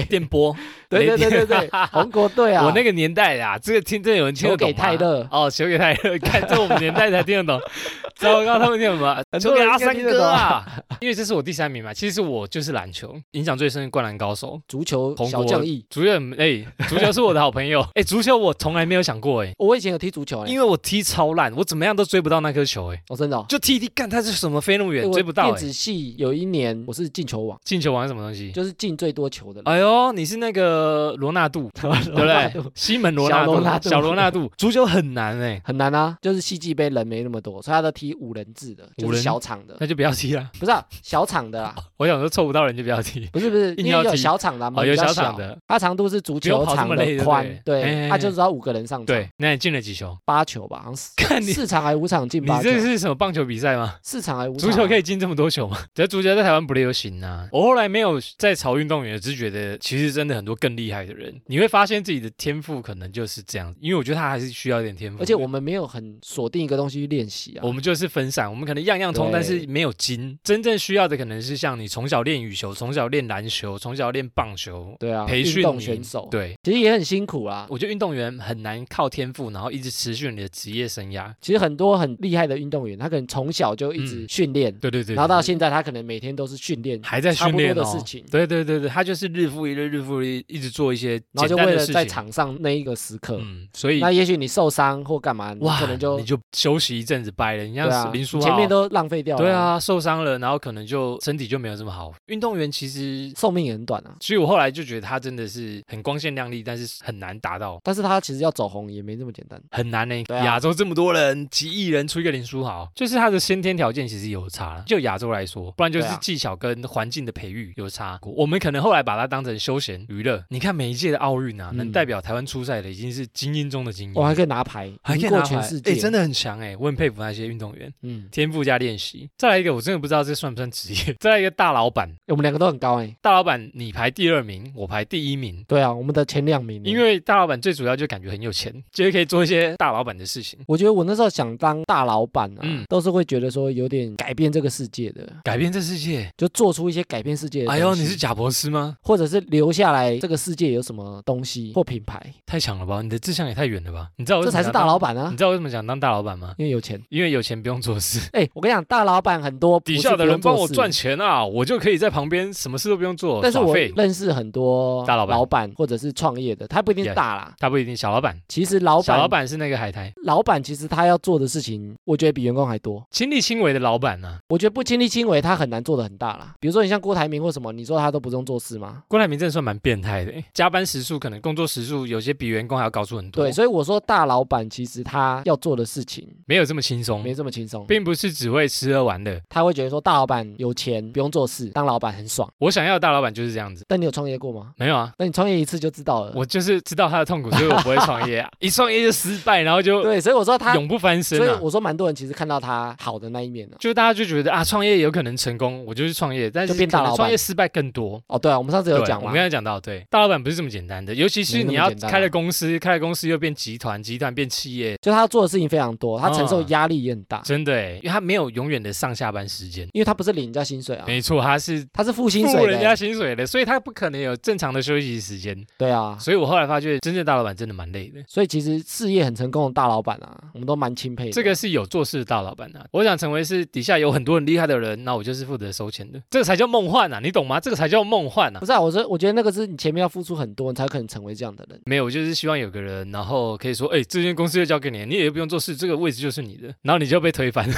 Speaker 1: 电波，
Speaker 2: 对
Speaker 1: 雷
Speaker 2: 对
Speaker 1: 霆
Speaker 2: 对对对 对，红国队啊，
Speaker 1: 我那个年代啊，这个听真的有人听得懂吗
Speaker 2: 球给泰勒
Speaker 1: 哦，球给泰勒， 看这我们年代才听 得懂。糟糕，他们听什么？
Speaker 2: 很
Speaker 1: 球
Speaker 2: 多
Speaker 1: 给
Speaker 2: 人
Speaker 1: 阿
Speaker 2: 应该
Speaker 1: 三
Speaker 2: 听得
Speaker 1: 哥
Speaker 2: 懂啊
Speaker 1: 啊！因为这是我第三名嘛，其实我就是篮球影响最深的灌篮高手。
Speaker 2: 足球
Speaker 1: 红
Speaker 2: 小
Speaker 1: 国
Speaker 2: 将翼。
Speaker 1: 足球，哎、足球是我的好朋友， 哎、足球我从来没有想过、哎，
Speaker 2: 我以前有踢足球哎
Speaker 1: 因，为我踢超烂，我怎么样都追不到那颗球、哎，
Speaker 2: 哦，真的哦，
Speaker 1: 就踢一踢，干它是什么飞那么
Speaker 2: 哎
Speaker 1: 远，
Speaker 2: 我
Speaker 1: 追不到、
Speaker 2: 电
Speaker 1: 哎，
Speaker 2: 子系有一年我是进球王，
Speaker 1: 进球王是什么东西？
Speaker 2: 就是进最多球的人。
Speaker 1: 哎呦，你是那个罗纳 度，对不
Speaker 2: 纳
Speaker 1: 对
Speaker 2: 度？
Speaker 1: 西门罗纳
Speaker 2: 小罗纳
Speaker 1: 度，
Speaker 2: 度
Speaker 1: 小罗纳 度，足球很难哎、
Speaker 2: 很难啊，就是戏剧杯人没那么多，所以他都踢五人制的，就
Speaker 1: 五
Speaker 2: 是
Speaker 1: 人
Speaker 2: 小场的，
Speaker 1: 那就不要踢了。
Speaker 2: 不是、啊、小场的啦，
Speaker 1: 我想说凑不到人就不要踢。
Speaker 2: 不是不是，
Speaker 1: 硬
Speaker 2: 因
Speaker 1: 要
Speaker 2: 为
Speaker 1: 踢
Speaker 2: 有小场的啊，
Speaker 1: 哦
Speaker 2: 门
Speaker 1: 有
Speaker 2: 比较
Speaker 1: 小场的，
Speaker 2: 它长度是足球
Speaker 1: 不
Speaker 2: 场
Speaker 1: 用跑这么累
Speaker 2: 的宽，
Speaker 1: 对不对哎
Speaker 2: 对，它就只要五个人上场，
Speaker 1: 对，那你进了几球？
Speaker 2: 八球吧，好像四
Speaker 1: 看你，
Speaker 2: 四场还五场进
Speaker 1: 你
Speaker 2: 八球，
Speaker 1: 这是什么棒球比赛吗？
Speaker 2: 四场还五场
Speaker 1: 足
Speaker 2: 啊，
Speaker 1: 球可
Speaker 2: 以
Speaker 1: 以进这么多球吗？ 只是足球在台湾不流行啊。我后来没有在朝运动员，只是觉得其实真的很多更厉害的人，你会发现自己的天赋可能就是这样，因为我觉得他还是需要一点天赋。
Speaker 2: 而且我们没有很锁定一个东西去练习啊
Speaker 1: 我。们就是分散，我们可能样样通，
Speaker 2: 对
Speaker 1: 但是没有精。真正需要的可能是像你从小练羽球，从小练篮球，从小练棒球，
Speaker 2: 对啊，
Speaker 1: 培训
Speaker 2: 运动
Speaker 1: 你
Speaker 2: 选手，，
Speaker 1: 对。
Speaker 2: 其实也很辛苦啊啦。
Speaker 1: 我觉得运动员很难靠天赋，然后一直持续你的职业生涯。
Speaker 2: 其实很多很厉害的运动员，他可能从小就一直
Speaker 1: 嗯
Speaker 2: 训练，
Speaker 1: 对对对，
Speaker 2: 然后到
Speaker 1: 对
Speaker 2: 现在他可能每天都是训练，
Speaker 1: 还在
Speaker 2: 差
Speaker 1: 训
Speaker 2: 不多
Speaker 1: 练
Speaker 2: 的
Speaker 1: 哦。
Speaker 2: 事情，
Speaker 1: 对对对对，他就是日复一日，日复一日，一直做一些
Speaker 2: 然
Speaker 1: 简
Speaker 2: 后就
Speaker 1: 单
Speaker 2: 为
Speaker 1: 的
Speaker 2: 了
Speaker 1: 事情。
Speaker 2: 在场上那一个时刻，
Speaker 1: 嗯，所以
Speaker 2: 那也许你受伤或干嘛，你
Speaker 1: 哇，
Speaker 2: 可能就
Speaker 1: 你就休息一阵子掰了。你
Speaker 2: 对啊
Speaker 1: 像，林书豪，
Speaker 2: 前面都浪费掉了，
Speaker 1: 对，啊，受伤了，然后可能就身体就没有这么好。运动员其实，
Speaker 2: 寿命也很短啊。
Speaker 1: 所以我后来就觉得他真的是很光鲜亮丽，但是很难达到，
Speaker 2: 但是他其实要走红也没这么简单，
Speaker 1: 很难呢、
Speaker 2: 对啊
Speaker 1: 亚洲这么多人，几亿人出一个林书豪，就是他的先天条件其实有差。就亚洲来说，不然就是
Speaker 2: 对啊
Speaker 1: 技巧跟环境的培育有差。我们可能后来把它当成休闲娱乐。你看每一届的奥运啊，
Speaker 2: 嗯
Speaker 1: 能代表台湾出赛的已经是精英中的精英。
Speaker 2: 哦我还可以拿牌，
Speaker 1: 嗯还可以
Speaker 2: 赢过
Speaker 1: 拿
Speaker 2: 全
Speaker 1: 牌
Speaker 2: 世，界，
Speaker 1: 哎、真，的很强
Speaker 2: 欸
Speaker 1: 哎、我很佩服那些运动员，
Speaker 2: 嗯，
Speaker 1: 天赋加练习。再来一个，我真的不知道这算不算职业。 再来一个大老板，
Speaker 2: 我们两个都很高哎，
Speaker 1: 大老板你排第二名，我排第一名，
Speaker 2: 对啊，我们的前两名，
Speaker 1: 因。为大老板最主要就感觉很有钱，就是可以做一些大老板的事情，
Speaker 2: 我觉得我那时候想当大老板啊，
Speaker 1: 嗯
Speaker 2: 都是会觉得说有点改变这个世界的，
Speaker 1: 改变这世界。
Speaker 2: 就做出一些改变世界的东
Speaker 1: 哎
Speaker 2: 西。
Speaker 1: 呦，你是贾博士吗？
Speaker 2: 或者是留下来这个世界有什么东西或品牌，
Speaker 1: 太强了吧！你的志向也太远了吧！你知道我为
Speaker 2: 这
Speaker 1: 什么
Speaker 2: 才是
Speaker 1: 想
Speaker 2: 大
Speaker 1: 当
Speaker 2: 老板啊
Speaker 1: 你，知道为什么想当大老板吗？
Speaker 2: 因为有钱。
Speaker 1: 因为有钱不用做 事，
Speaker 2: 哎、我跟你讲，大老板很多
Speaker 1: 底下的人帮我赚
Speaker 2: 钱，
Speaker 1: 钱啊，我就可以在旁边什么事都不用做，
Speaker 2: 但是
Speaker 1: 耍
Speaker 2: 我
Speaker 1: 废
Speaker 2: 认识很多
Speaker 1: 大老板
Speaker 2: 或者是创业的，他不一定是
Speaker 1: Yeah
Speaker 2: 大啦。
Speaker 1: 他不一定小老板，
Speaker 2: 其实老板，
Speaker 1: 小老，板是那个海苔，
Speaker 2: 老板其实他要做的事情，我觉得比员工还多。
Speaker 1: 亲力亲为的老板啊呢、
Speaker 2: 我觉得不亲力亲为，他很难做的很大啦。比如说你像郭台铭或什么，你说他都不用做事吗？
Speaker 1: 郭台铭真的算蛮变态的欸，加班时数可能工作时数有些比员工还要高出很多，
Speaker 2: 对，所以我说大老板其实他要做的事情
Speaker 1: 没有这么轻松
Speaker 2: 没，这么轻松，
Speaker 1: 并不是只会吃喝玩乐。
Speaker 2: 他会觉得说大老板有钱不用做事，当老板很爽。
Speaker 1: 我想要的大老板就是这样子，
Speaker 2: 但你有创业过吗？
Speaker 1: 没有啊，
Speaker 2: 那你创业一次就知道了。
Speaker 1: 我就是知道他的痛苦，所以我不会创 业啊，一创业就失败，然后就
Speaker 2: 对，所以我说他，
Speaker 1: 永不翻身
Speaker 2: 所以
Speaker 1: 啊。
Speaker 2: 我说蛮多人其实看到他好的那一面呢、
Speaker 1: 就大家就觉得啊，创业有可能成功，我就去创业，但是
Speaker 2: 就变大
Speaker 1: 可能
Speaker 2: 老板
Speaker 1: 创业失败更多。
Speaker 2: 哦，对啊，我们上次有
Speaker 1: 对
Speaker 2: 讲
Speaker 1: 我
Speaker 2: 嘛
Speaker 1: 们刚，才讲到，对，大老板不是这么简单的，尤其是
Speaker 2: 没那么
Speaker 1: 你要
Speaker 2: 简单啊
Speaker 1: 开了公司，开了公司又变集团，集团变企业，
Speaker 2: 就他做的事情非常多，他承受
Speaker 1: 嗯
Speaker 2: 压力也很大，
Speaker 1: 真的欸，因为他没有永远的上下班时间。
Speaker 2: 因为他不是领人家薪水啊，
Speaker 1: 没错，他是
Speaker 2: 他是付薪
Speaker 1: 付
Speaker 2: 水
Speaker 1: 人
Speaker 2: 的、
Speaker 1: 家薪水的，所以他不可能有正常的休息时间。
Speaker 2: 对啊，
Speaker 1: 所以我后来发觉，真正大老板真的蛮累的。
Speaker 2: 所以其实事业很成功的大老板啊，我们都蛮钦佩的。
Speaker 1: 这个是有做事的大老板啊！我想成为是底下有很多很厉害的人，那我就是负责收钱的，这个才叫梦幻啊！你懂吗？这个才叫梦幻啊
Speaker 2: 不！是啊，我说我觉得那个是你前面要付出很多，你才可能成为这样 的人。
Speaker 1: 没有，我就是希望有个人，然后可以说，哎、这间公司就交给你，你也不用做事，这个位置就是你的，然后你就被推翻。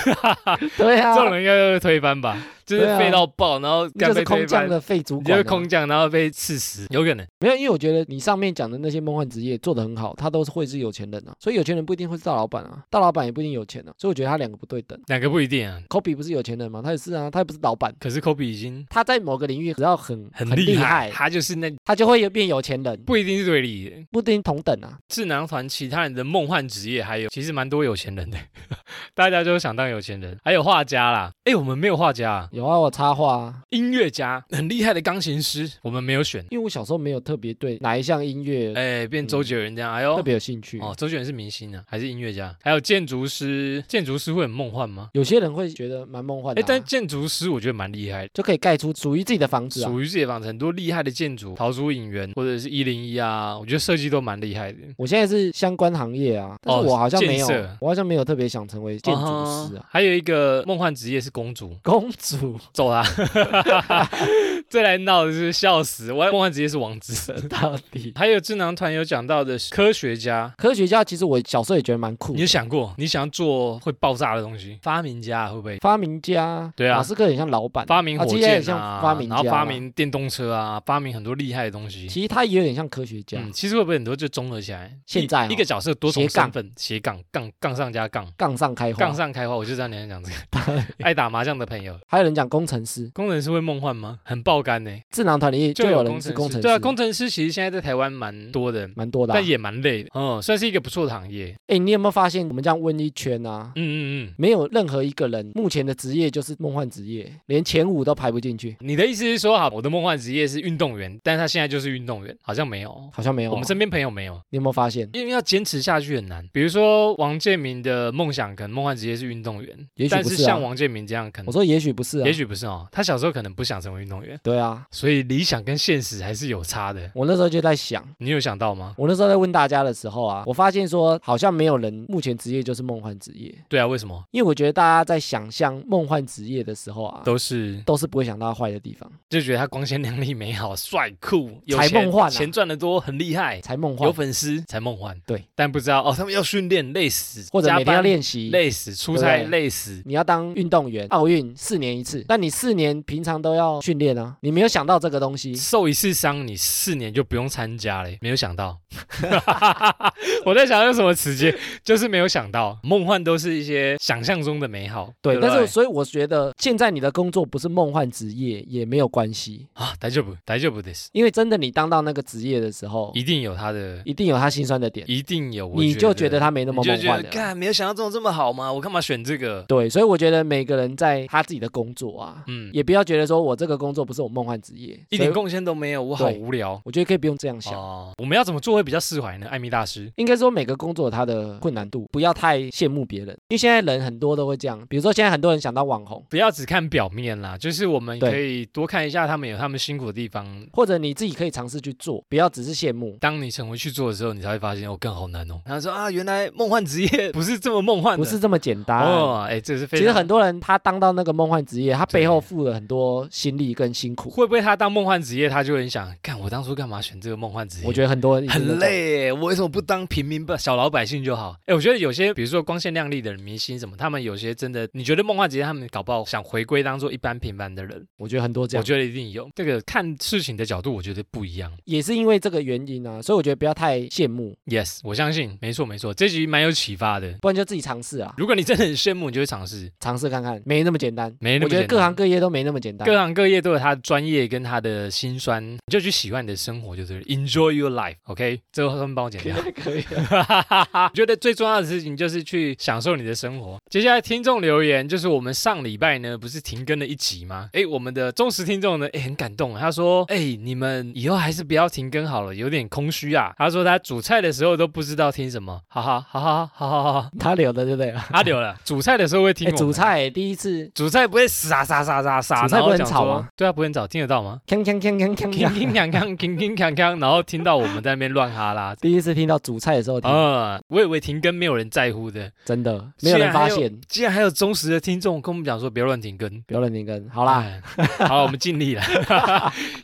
Speaker 2: 对 啊
Speaker 1: 这，种人应该会被推翻吧？就是
Speaker 2: 对啊
Speaker 1: 废到爆，然后
Speaker 2: 你
Speaker 1: 干
Speaker 2: 就
Speaker 1: 被
Speaker 2: 是
Speaker 1: 推
Speaker 2: 空降
Speaker 1: 翻，
Speaker 2: 的废主
Speaker 1: 你就
Speaker 2: 管、
Speaker 1: 是
Speaker 2: 啊。
Speaker 1: 空降，然后被刺死，有可能。
Speaker 2: 没有，因为我觉得你上面讲的那些梦幻职业做得很好，他都是会是有钱人啊，所以有钱人不一定会是大老板啊，大老板也不一定有钱啊，所以我觉得他两个不对等。
Speaker 1: 两个不一定啊。
Speaker 2: 科比不是有钱人吗？他也是啊，他也不是老板，
Speaker 1: 可是科比已经
Speaker 2: 他在某个领域只要很
Speaker 1: 很
Speaker 2: 厉
Speaker 1: 厉他就是那
Speaker 2: 他就会有变有钱人，
Speaker 1: 不一定是对立的。
Speaker 2: 不一定同等啊。
Speaker 1: 智囊团其他人的梦幻职业还有，其实蛮多有钱人的。大家 家就想当有钱人。还有画家啦，哎，我们没有画家、啊，
Speaker 2: 有啊，我插画、啊，
Speaker 1: 音乐家很厉害的钢琴师，我们没有选。
Speaker 2: 因为我小时候没有特别对哪一项音乐
Speaker 1: 哎，变周杰伦这样，哎
Speaker 2: 特
Speaker 1: 呦，
Speaker 2: 别有兴趣。
Speaker 1: 哦，周杰伦是明星啊，还是音乐家？还有建筑师，建筑师会很梦幻吗？
Speaker 2: 有些人会觉得蛮梦幻的
Speaker 1: 哎，
Speaker 2: 啊、
Speaker 1: 但建筑师我觉得蛮厉害的。
Speaker 2: 就可以盖出属于自己的房子啊。
Speaker 1: 属于自己的房子，很多厉害的建筑，桃竹影园或者是一零一啊，我觉得设计都蛮厉害的。
Speaker 2: 我现在是相关行业啊，但是
Speaker 1: 哦
Speaker 2: 我好像没有
Speaker 1: 建设，
Speaker 2: 我好像没有特别想成为建筑师
Speaker 1: 啊哈
Speaker 2: 啊。
Speaker 1: 还有一个梦幻职业是公主，
Speaker 2: 公主
Speaker 1: 走啦！ 最来闹的是笑死，我还梦幻职业是王子。
Speaker 2: 到底？
Speaker 1: 还有智囊团有讲到的是科学家，
Speaker 2: 科学家其实我小时候也觉得蛮酷
Speaker 1: 你
Speaker 2: 的
Speaker 1: 有，想过你想要做会爆炸的东西？发明家会不会？
Speaker 2: 发明家，
Speaker 1: 对啊
Speaker 2: 马斯克很像老板，
Speaker 1: 发明火
Speaker 2: 啊其实也
Speaker 1: 箭
Speaker 2: 很像发明家
Speaker 1: 然后发明电动车啊，发明很多厉害的东西。
Speaker 2: 其实他也有点像科学家，
Speaker 1: 嗯，其实会不会很多就综合起来？
Speaker 2: 现在
Speaker 1: 一
Speaker 2: 哦
Speaker 1: 一个角色多重
Speaker 2: 斜杠啊
Speaker 1: 身份，斜杠杠杠上加杠，
Speaker 2: 杠上开花
Speaker 1: 杠。上开花，我就知道你在讲 这个。爱打麻将的朋友，
Speaker 2: 还有人讲工程师，
Speaker 1: 工程师会梦幻吗？很爆肝呢、
Speaker 2: 智囊团里就有人
Speaker 1: 工
Speaker 2: 是
Speaker 1: 程
Speaker 2: 工程师，
Speaker 1: 对啊，工程师其实现在在台湾蛮多的，
Speaker 2: 蛮多的、啊。
Speaker 1: 但也蛮累的，嗯，算是一个不错的行业。
Speaker 2: 哎，你有没有发现我们这样问一圈啊？
Speaker 1: 嗯嗯嗯，
Speaker 2: 没有任何一个人目前的职业就是梦幻职业，连前五都排不进去，
Speaker 1: 你的意思是说，好，我的梦幻职业是运动员，但是他现在就是运动员，好像没有哦。
Speaker 2: 好像没有
Speaker 1: 我
Speaker 2: 啊。
Speaker 1: 们身边朋友没有，
Speaker 2: 你有没有发现？
Speaker 1: 因为要坚持下去很难。比如说王建民的梦想，可能梦幻职业是运动员，
Speaker 2: 也许
Speaker 1: 但
Speaker 2: 不
Speaker 1: 是
Speaker 2: 是啊
Speaker 1: 像。王建民这样，可
Speaker 2: 我
Speaker 1: 能
Speaker 2: 说也许不是啊，
Speaker 1: 也许不是哦。他小时候可能不想成为运动员，
Speaker 2: 对啊。
Speaker 1: 所以理想跟现实还是有差的。
Speaker 2: 我那时候就在想，
Speaker 1: 你有想到吗？
Speaker 2: 我那时候在问大家的时候啊，我发现说好像没有人目前职业就是梦幻职业，
Speaker 1: 对啊，为什么
Speaker 2: 因为我觉得大家在想象梦幻职业的时候啊，
Speaker 1: 都是
Speaker 2: 都是不会想到坏的地方，
Speaker 1: 就觉得他光鲜亮丽、美好、帅酷、有
Speaker 2: 才
Speaker 1: 钱
Speaker 2: 梦幻啊
Speaker 1: 钱赚得多，很厉害，
Speaker 2: 才梦幻
Speaker 1: 有，粉丝才梦幻。
Speaker 2: 对，
Speaker 1: 但不知道哦，他们要训练累死，
Speaker 2: 或者
Speaker 1: 加
Speaker 2: 每天要
Speaker 1: 班
Speaker 2: 练习。
Speaker 1: 累死，出
Speaker 2: 对不
Speaker 1: 差
Speaker 2: 对
Speaker 1: 累死。
Speaker 2: 你要当运动员，奥运四年一次，但你四年平常都要训练啊，你没有想到这个东西，
Speaker 1: 受一次伤，你四年就不用参加嘞。没有想到， 我在想用什么词接，就是没有想到，梦幻都是一些想象中的美好。
Speaker 2: 对，
Speaker 1: 不
Speaker 2: 但是所以我觉得现在你的工作不是梦幻职业也没有关系，
Speaker 1: 啊，大丈夫，大丈夫です，
Speaker 2: 因为真的你当到那个职业的时候，
Speaker 1: 一定有他的，
Speaker 2: 一定有他心酸的点，
Speaker 1: 一定有。我
Speaker 2: 你就觉得
Speaker 1: 他
Speaker 2: 他没那么梦幻啊了。
Speaker 1: 看没有想到这种这么好吗？我干嘛选这个？
Speaker 2: 对，所以我觉得每个人在他自己的工作啊，
Speaker 1: 嗯，
Speaker 2: 也不要觉得说我这个工作不是我梦幻职业，
Speaker 1: 一
Speaker 2: 所以
Speaker 1: 点贡献都没有，我好
Speaker 2: 对
Speaker 1: 无聊。
Speaker 2: 我觉得可以不用这样想。
Speaker 1: 哦，我们要怎么做会比较释怀呢？艾米大师，
Speaker 2: 应该说每个工作有它的困难度，不要太羡慕别人，因为现在人很多都会这样。比如说现在很多人想当网红，
Speaker 1: 不要只看表面啦，就是我们
Speaker 2: 对
Speaker 1: 可以多看一下他们有他们辛苦的地方。
Speaker 2: 或者你自己可以尝试去做，不要只是羡慕，
Speaker 1: 当你成为去做的时候，你才会发现哦，更好难哦。他说啊，原来梦幻职业 不是这么梦幻的，
Speaker 2: 不是这么简单。
Speaker 1: 哦，哎，这是非
Speaker 2: 啊其
Speaker 1: 常
Speaker 2: 实很多人他当到那个梦幻职业，他背后
Speaker 1: 对
Speaker 2: 付了很多心力跟辛苦。
Speaker 1: 会不会他当梦幻职业，他就很想，看我当初干嘛选这个梦幻职业？
Speaker 2: 我觉得很多人一定都
Speaker 1: 很
Speaker 2: 这样，
Speaker 1: 累耶，我为什么不当平民吧小老百姓就好？哎，我觉得有些，比如说光鲜亮丽的人、明星什么，他们有些真的，你觉得梦幻职业，他们搞不好想回归当做一般平凡的人，
Speaker 2: 我觉得很多这
Speaker 1: 我
Speaker 2: 样，
Speaker 1: 觉得一定有。这个看事情的角度，我觉得不一样。
Speaker 2: 也是因为这个原因啊，所以我觉得不要太羡慕，
Speaker 1: Yes，我相信，没错没错，这集蛮有启发的。
Speaker 2: 不然就自己尝试啊，
Speaker 1: 如果你真的很羡慕，你就会尝试。
Speaker 2: 尝试看看，没那么简单。
Speaker 1: 没那么
Speaker 2: 我觉得
Speaker 1: 简
Speaker 2: 各行
Speaker 1: 单，
Speaker 2: 各业都没那么简单。
Speaker 1: 各行各业都有它的专业跟它的辛酸，你就去喜欢你的生活就对了，Enjoy your life，OK？、最后他们帮我剪 掉。啊
Speaker 2: 可以、
Speaker 1: 我觉得最重要的事情就是去享受你的生活。接下来听众留言就是我们上礼拜呢不是停更了一集吗？诶，我们的忠实听众呢，诶，很感动，他说，诶，你们以后还是不要停更好了，有点空虚啊。他说他煮菜的时候都不知道听什么，哈哈哈哈哈哈哈哈。
Speaker 2: 他留的对不对？
Speaker 1: 阿柳了，煮菜的时候会听
Speaker 2: 哎，
Speaker 1: 我们
Speaker 2: 煮。菜第一次，
Speaker 1: 煮菜不会沙沙沙沙沙，
Speaker 2: 煮菜
Speaker 1: 然后
Speaker 2: 不会很
Speaker 1: 讲
Speaker 2: 吵
Speaker 1: 说
Speaker 2: 吗？
Speaker 1: 对啊，不会很吵，听得到吗？
Speaker 2: 锵锵锵锵锵
Speaker 1: 铿
Speaker 2: 锵，。
Speaker 1: 铿锵锵，铿铿锵锵，然后听到我们在那边乱哈啦
Speaker 2: 第一次听到煮菜的时候听，
Speaker 1: 啊、我以为停更没有人在乎的，
Speaker 2: 真的没有人
Speaker 1: 虽
Speaker 2: 发
Speaker 1: 然还
Speaker 2: 现，
Speaker 1: 竟然还有忠实的听众跟我们讲说不要乱停更。
Speaker 2: 不要认停更。
Speaker 1: 好
Speaker 2: 好啦，，
Speaker 1: 好，我们尽力了。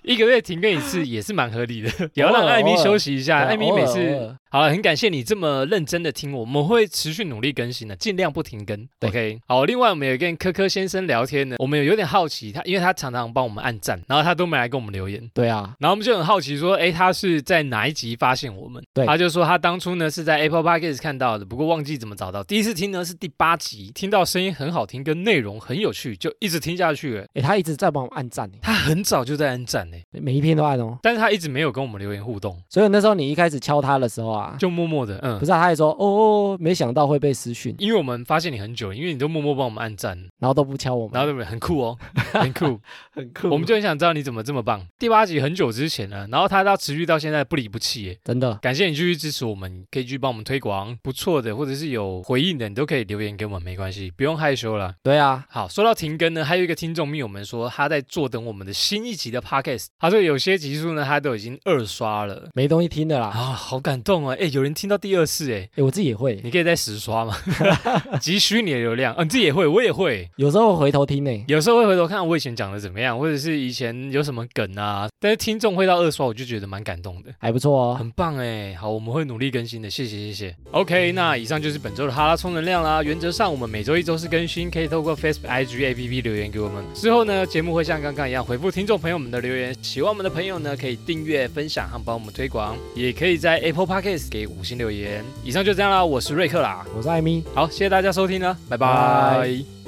Speaker 1: 一个月停更一次也是蛮合理的，也要让艾米休息一下。
Speaker 2: 对啊
Speaker 1: 艾米每
Speaker 2: 偶尔偶
Speaker 1: 次
Speaker 2: 尔
Speaker 1: 好了，很感谢你这么认真的听我，我们会持续努力更新的，尽量不停更。
Speaker 2: 对
Speaker 1: OK，好，另外我们有跟科科先生聊天呢，我们有点好奇他，因为他常常帮我们按赞，然后他都没来跟我们留言。
Speaker 2: 对啊，
Speaker 1: 然后我们就很好奇说，诶，他是在哪一集发现我们？
Speaker 2: 对
Speaker 1: 他就说他当初呢是在 Apple Podcast 看到的，不过忘记怎么找到。第一次听呢是第八集，听到声音很好听，跟内容很有趣，就一直听下去了。
Speaker 2: 哎，他一直在帮我们按赞，
Speaker 1: 他很早就在按赞呢，
Speaker 2: 每一篇都按哦。
Speaker 1: 但是他一直没有跟我们留言互动。
Speaker 2: 所以那时候你一开始敲他的时候啊，啊，
Speaker 1: 就默默的，嗯
Speaker 2: 不，是、啊，他还说哦，没想到会被私讯，
Speaker 1: 因为我们发现你很久，因为你都默默帮我们按赞，
Speaker 2: 然后都不敲我
Speaker 1: 然
Speaker 2: 们，
Speaker 1: 后对不对？很酷 哦，很酷，
Speaker 2: 很酷
Speaker 1: 我们就很想知道你怎么这么棒。第八集很久之前了，然后他到持续到现在不离不弃耶，
Speaker 2: 真的
Speaker 1: 感谢你继续支持我们，可以继续帮我们推广不错的，或者是有回应的，你都可以留言给我们，没关系，不用害羞啦。
Speaker 2: 对啊，
Speaker 1: 好，说到停更呢，还有一个听众密友们说他在坐等我们的新一集的 podcast，他说有些集数呢他都已经二刷了。
Speaker 2: 没东西听的啦。
Speaker 1: 啊，好感动啊！哎，有人听到第二次哎，
Speaker 2: 哎、我自己也会，
Speaker 1: 你可以再实刷吗？ 急需你的流量，嗯、你自己也会，我也会。
Speaker 2: 有时候回头听呢、
Speaker 1: 有时候会回头看我以前讲的怎么样，或者是以前有什么梗啊，但是听众会到二刷，我就觉得蛮感动的，
Speaker 2: 还不错哦。
Speaker 1: 很棒哎。好，我们会努力更新的，谢谢谢谢。OK，那以上就是本周的哈拉充能量啦。原则上我们每周一周四更新，可以透过 Facebook、IG、APP 留言给我们。之后呢，节目会像刚刚一样回复听众朋友们的留言。喜欢我们的朋友呢，可以订阅、分享和帮我们推广，也可以在 Apple Podcast 给五星留言。以上就这样啦，我是瑞克啦。
Speaker 2: 我是艾米。
Speaker 1: 好，谢谢大家收听啦，拜
Speaker 2: 拜
Speaker 1: 拜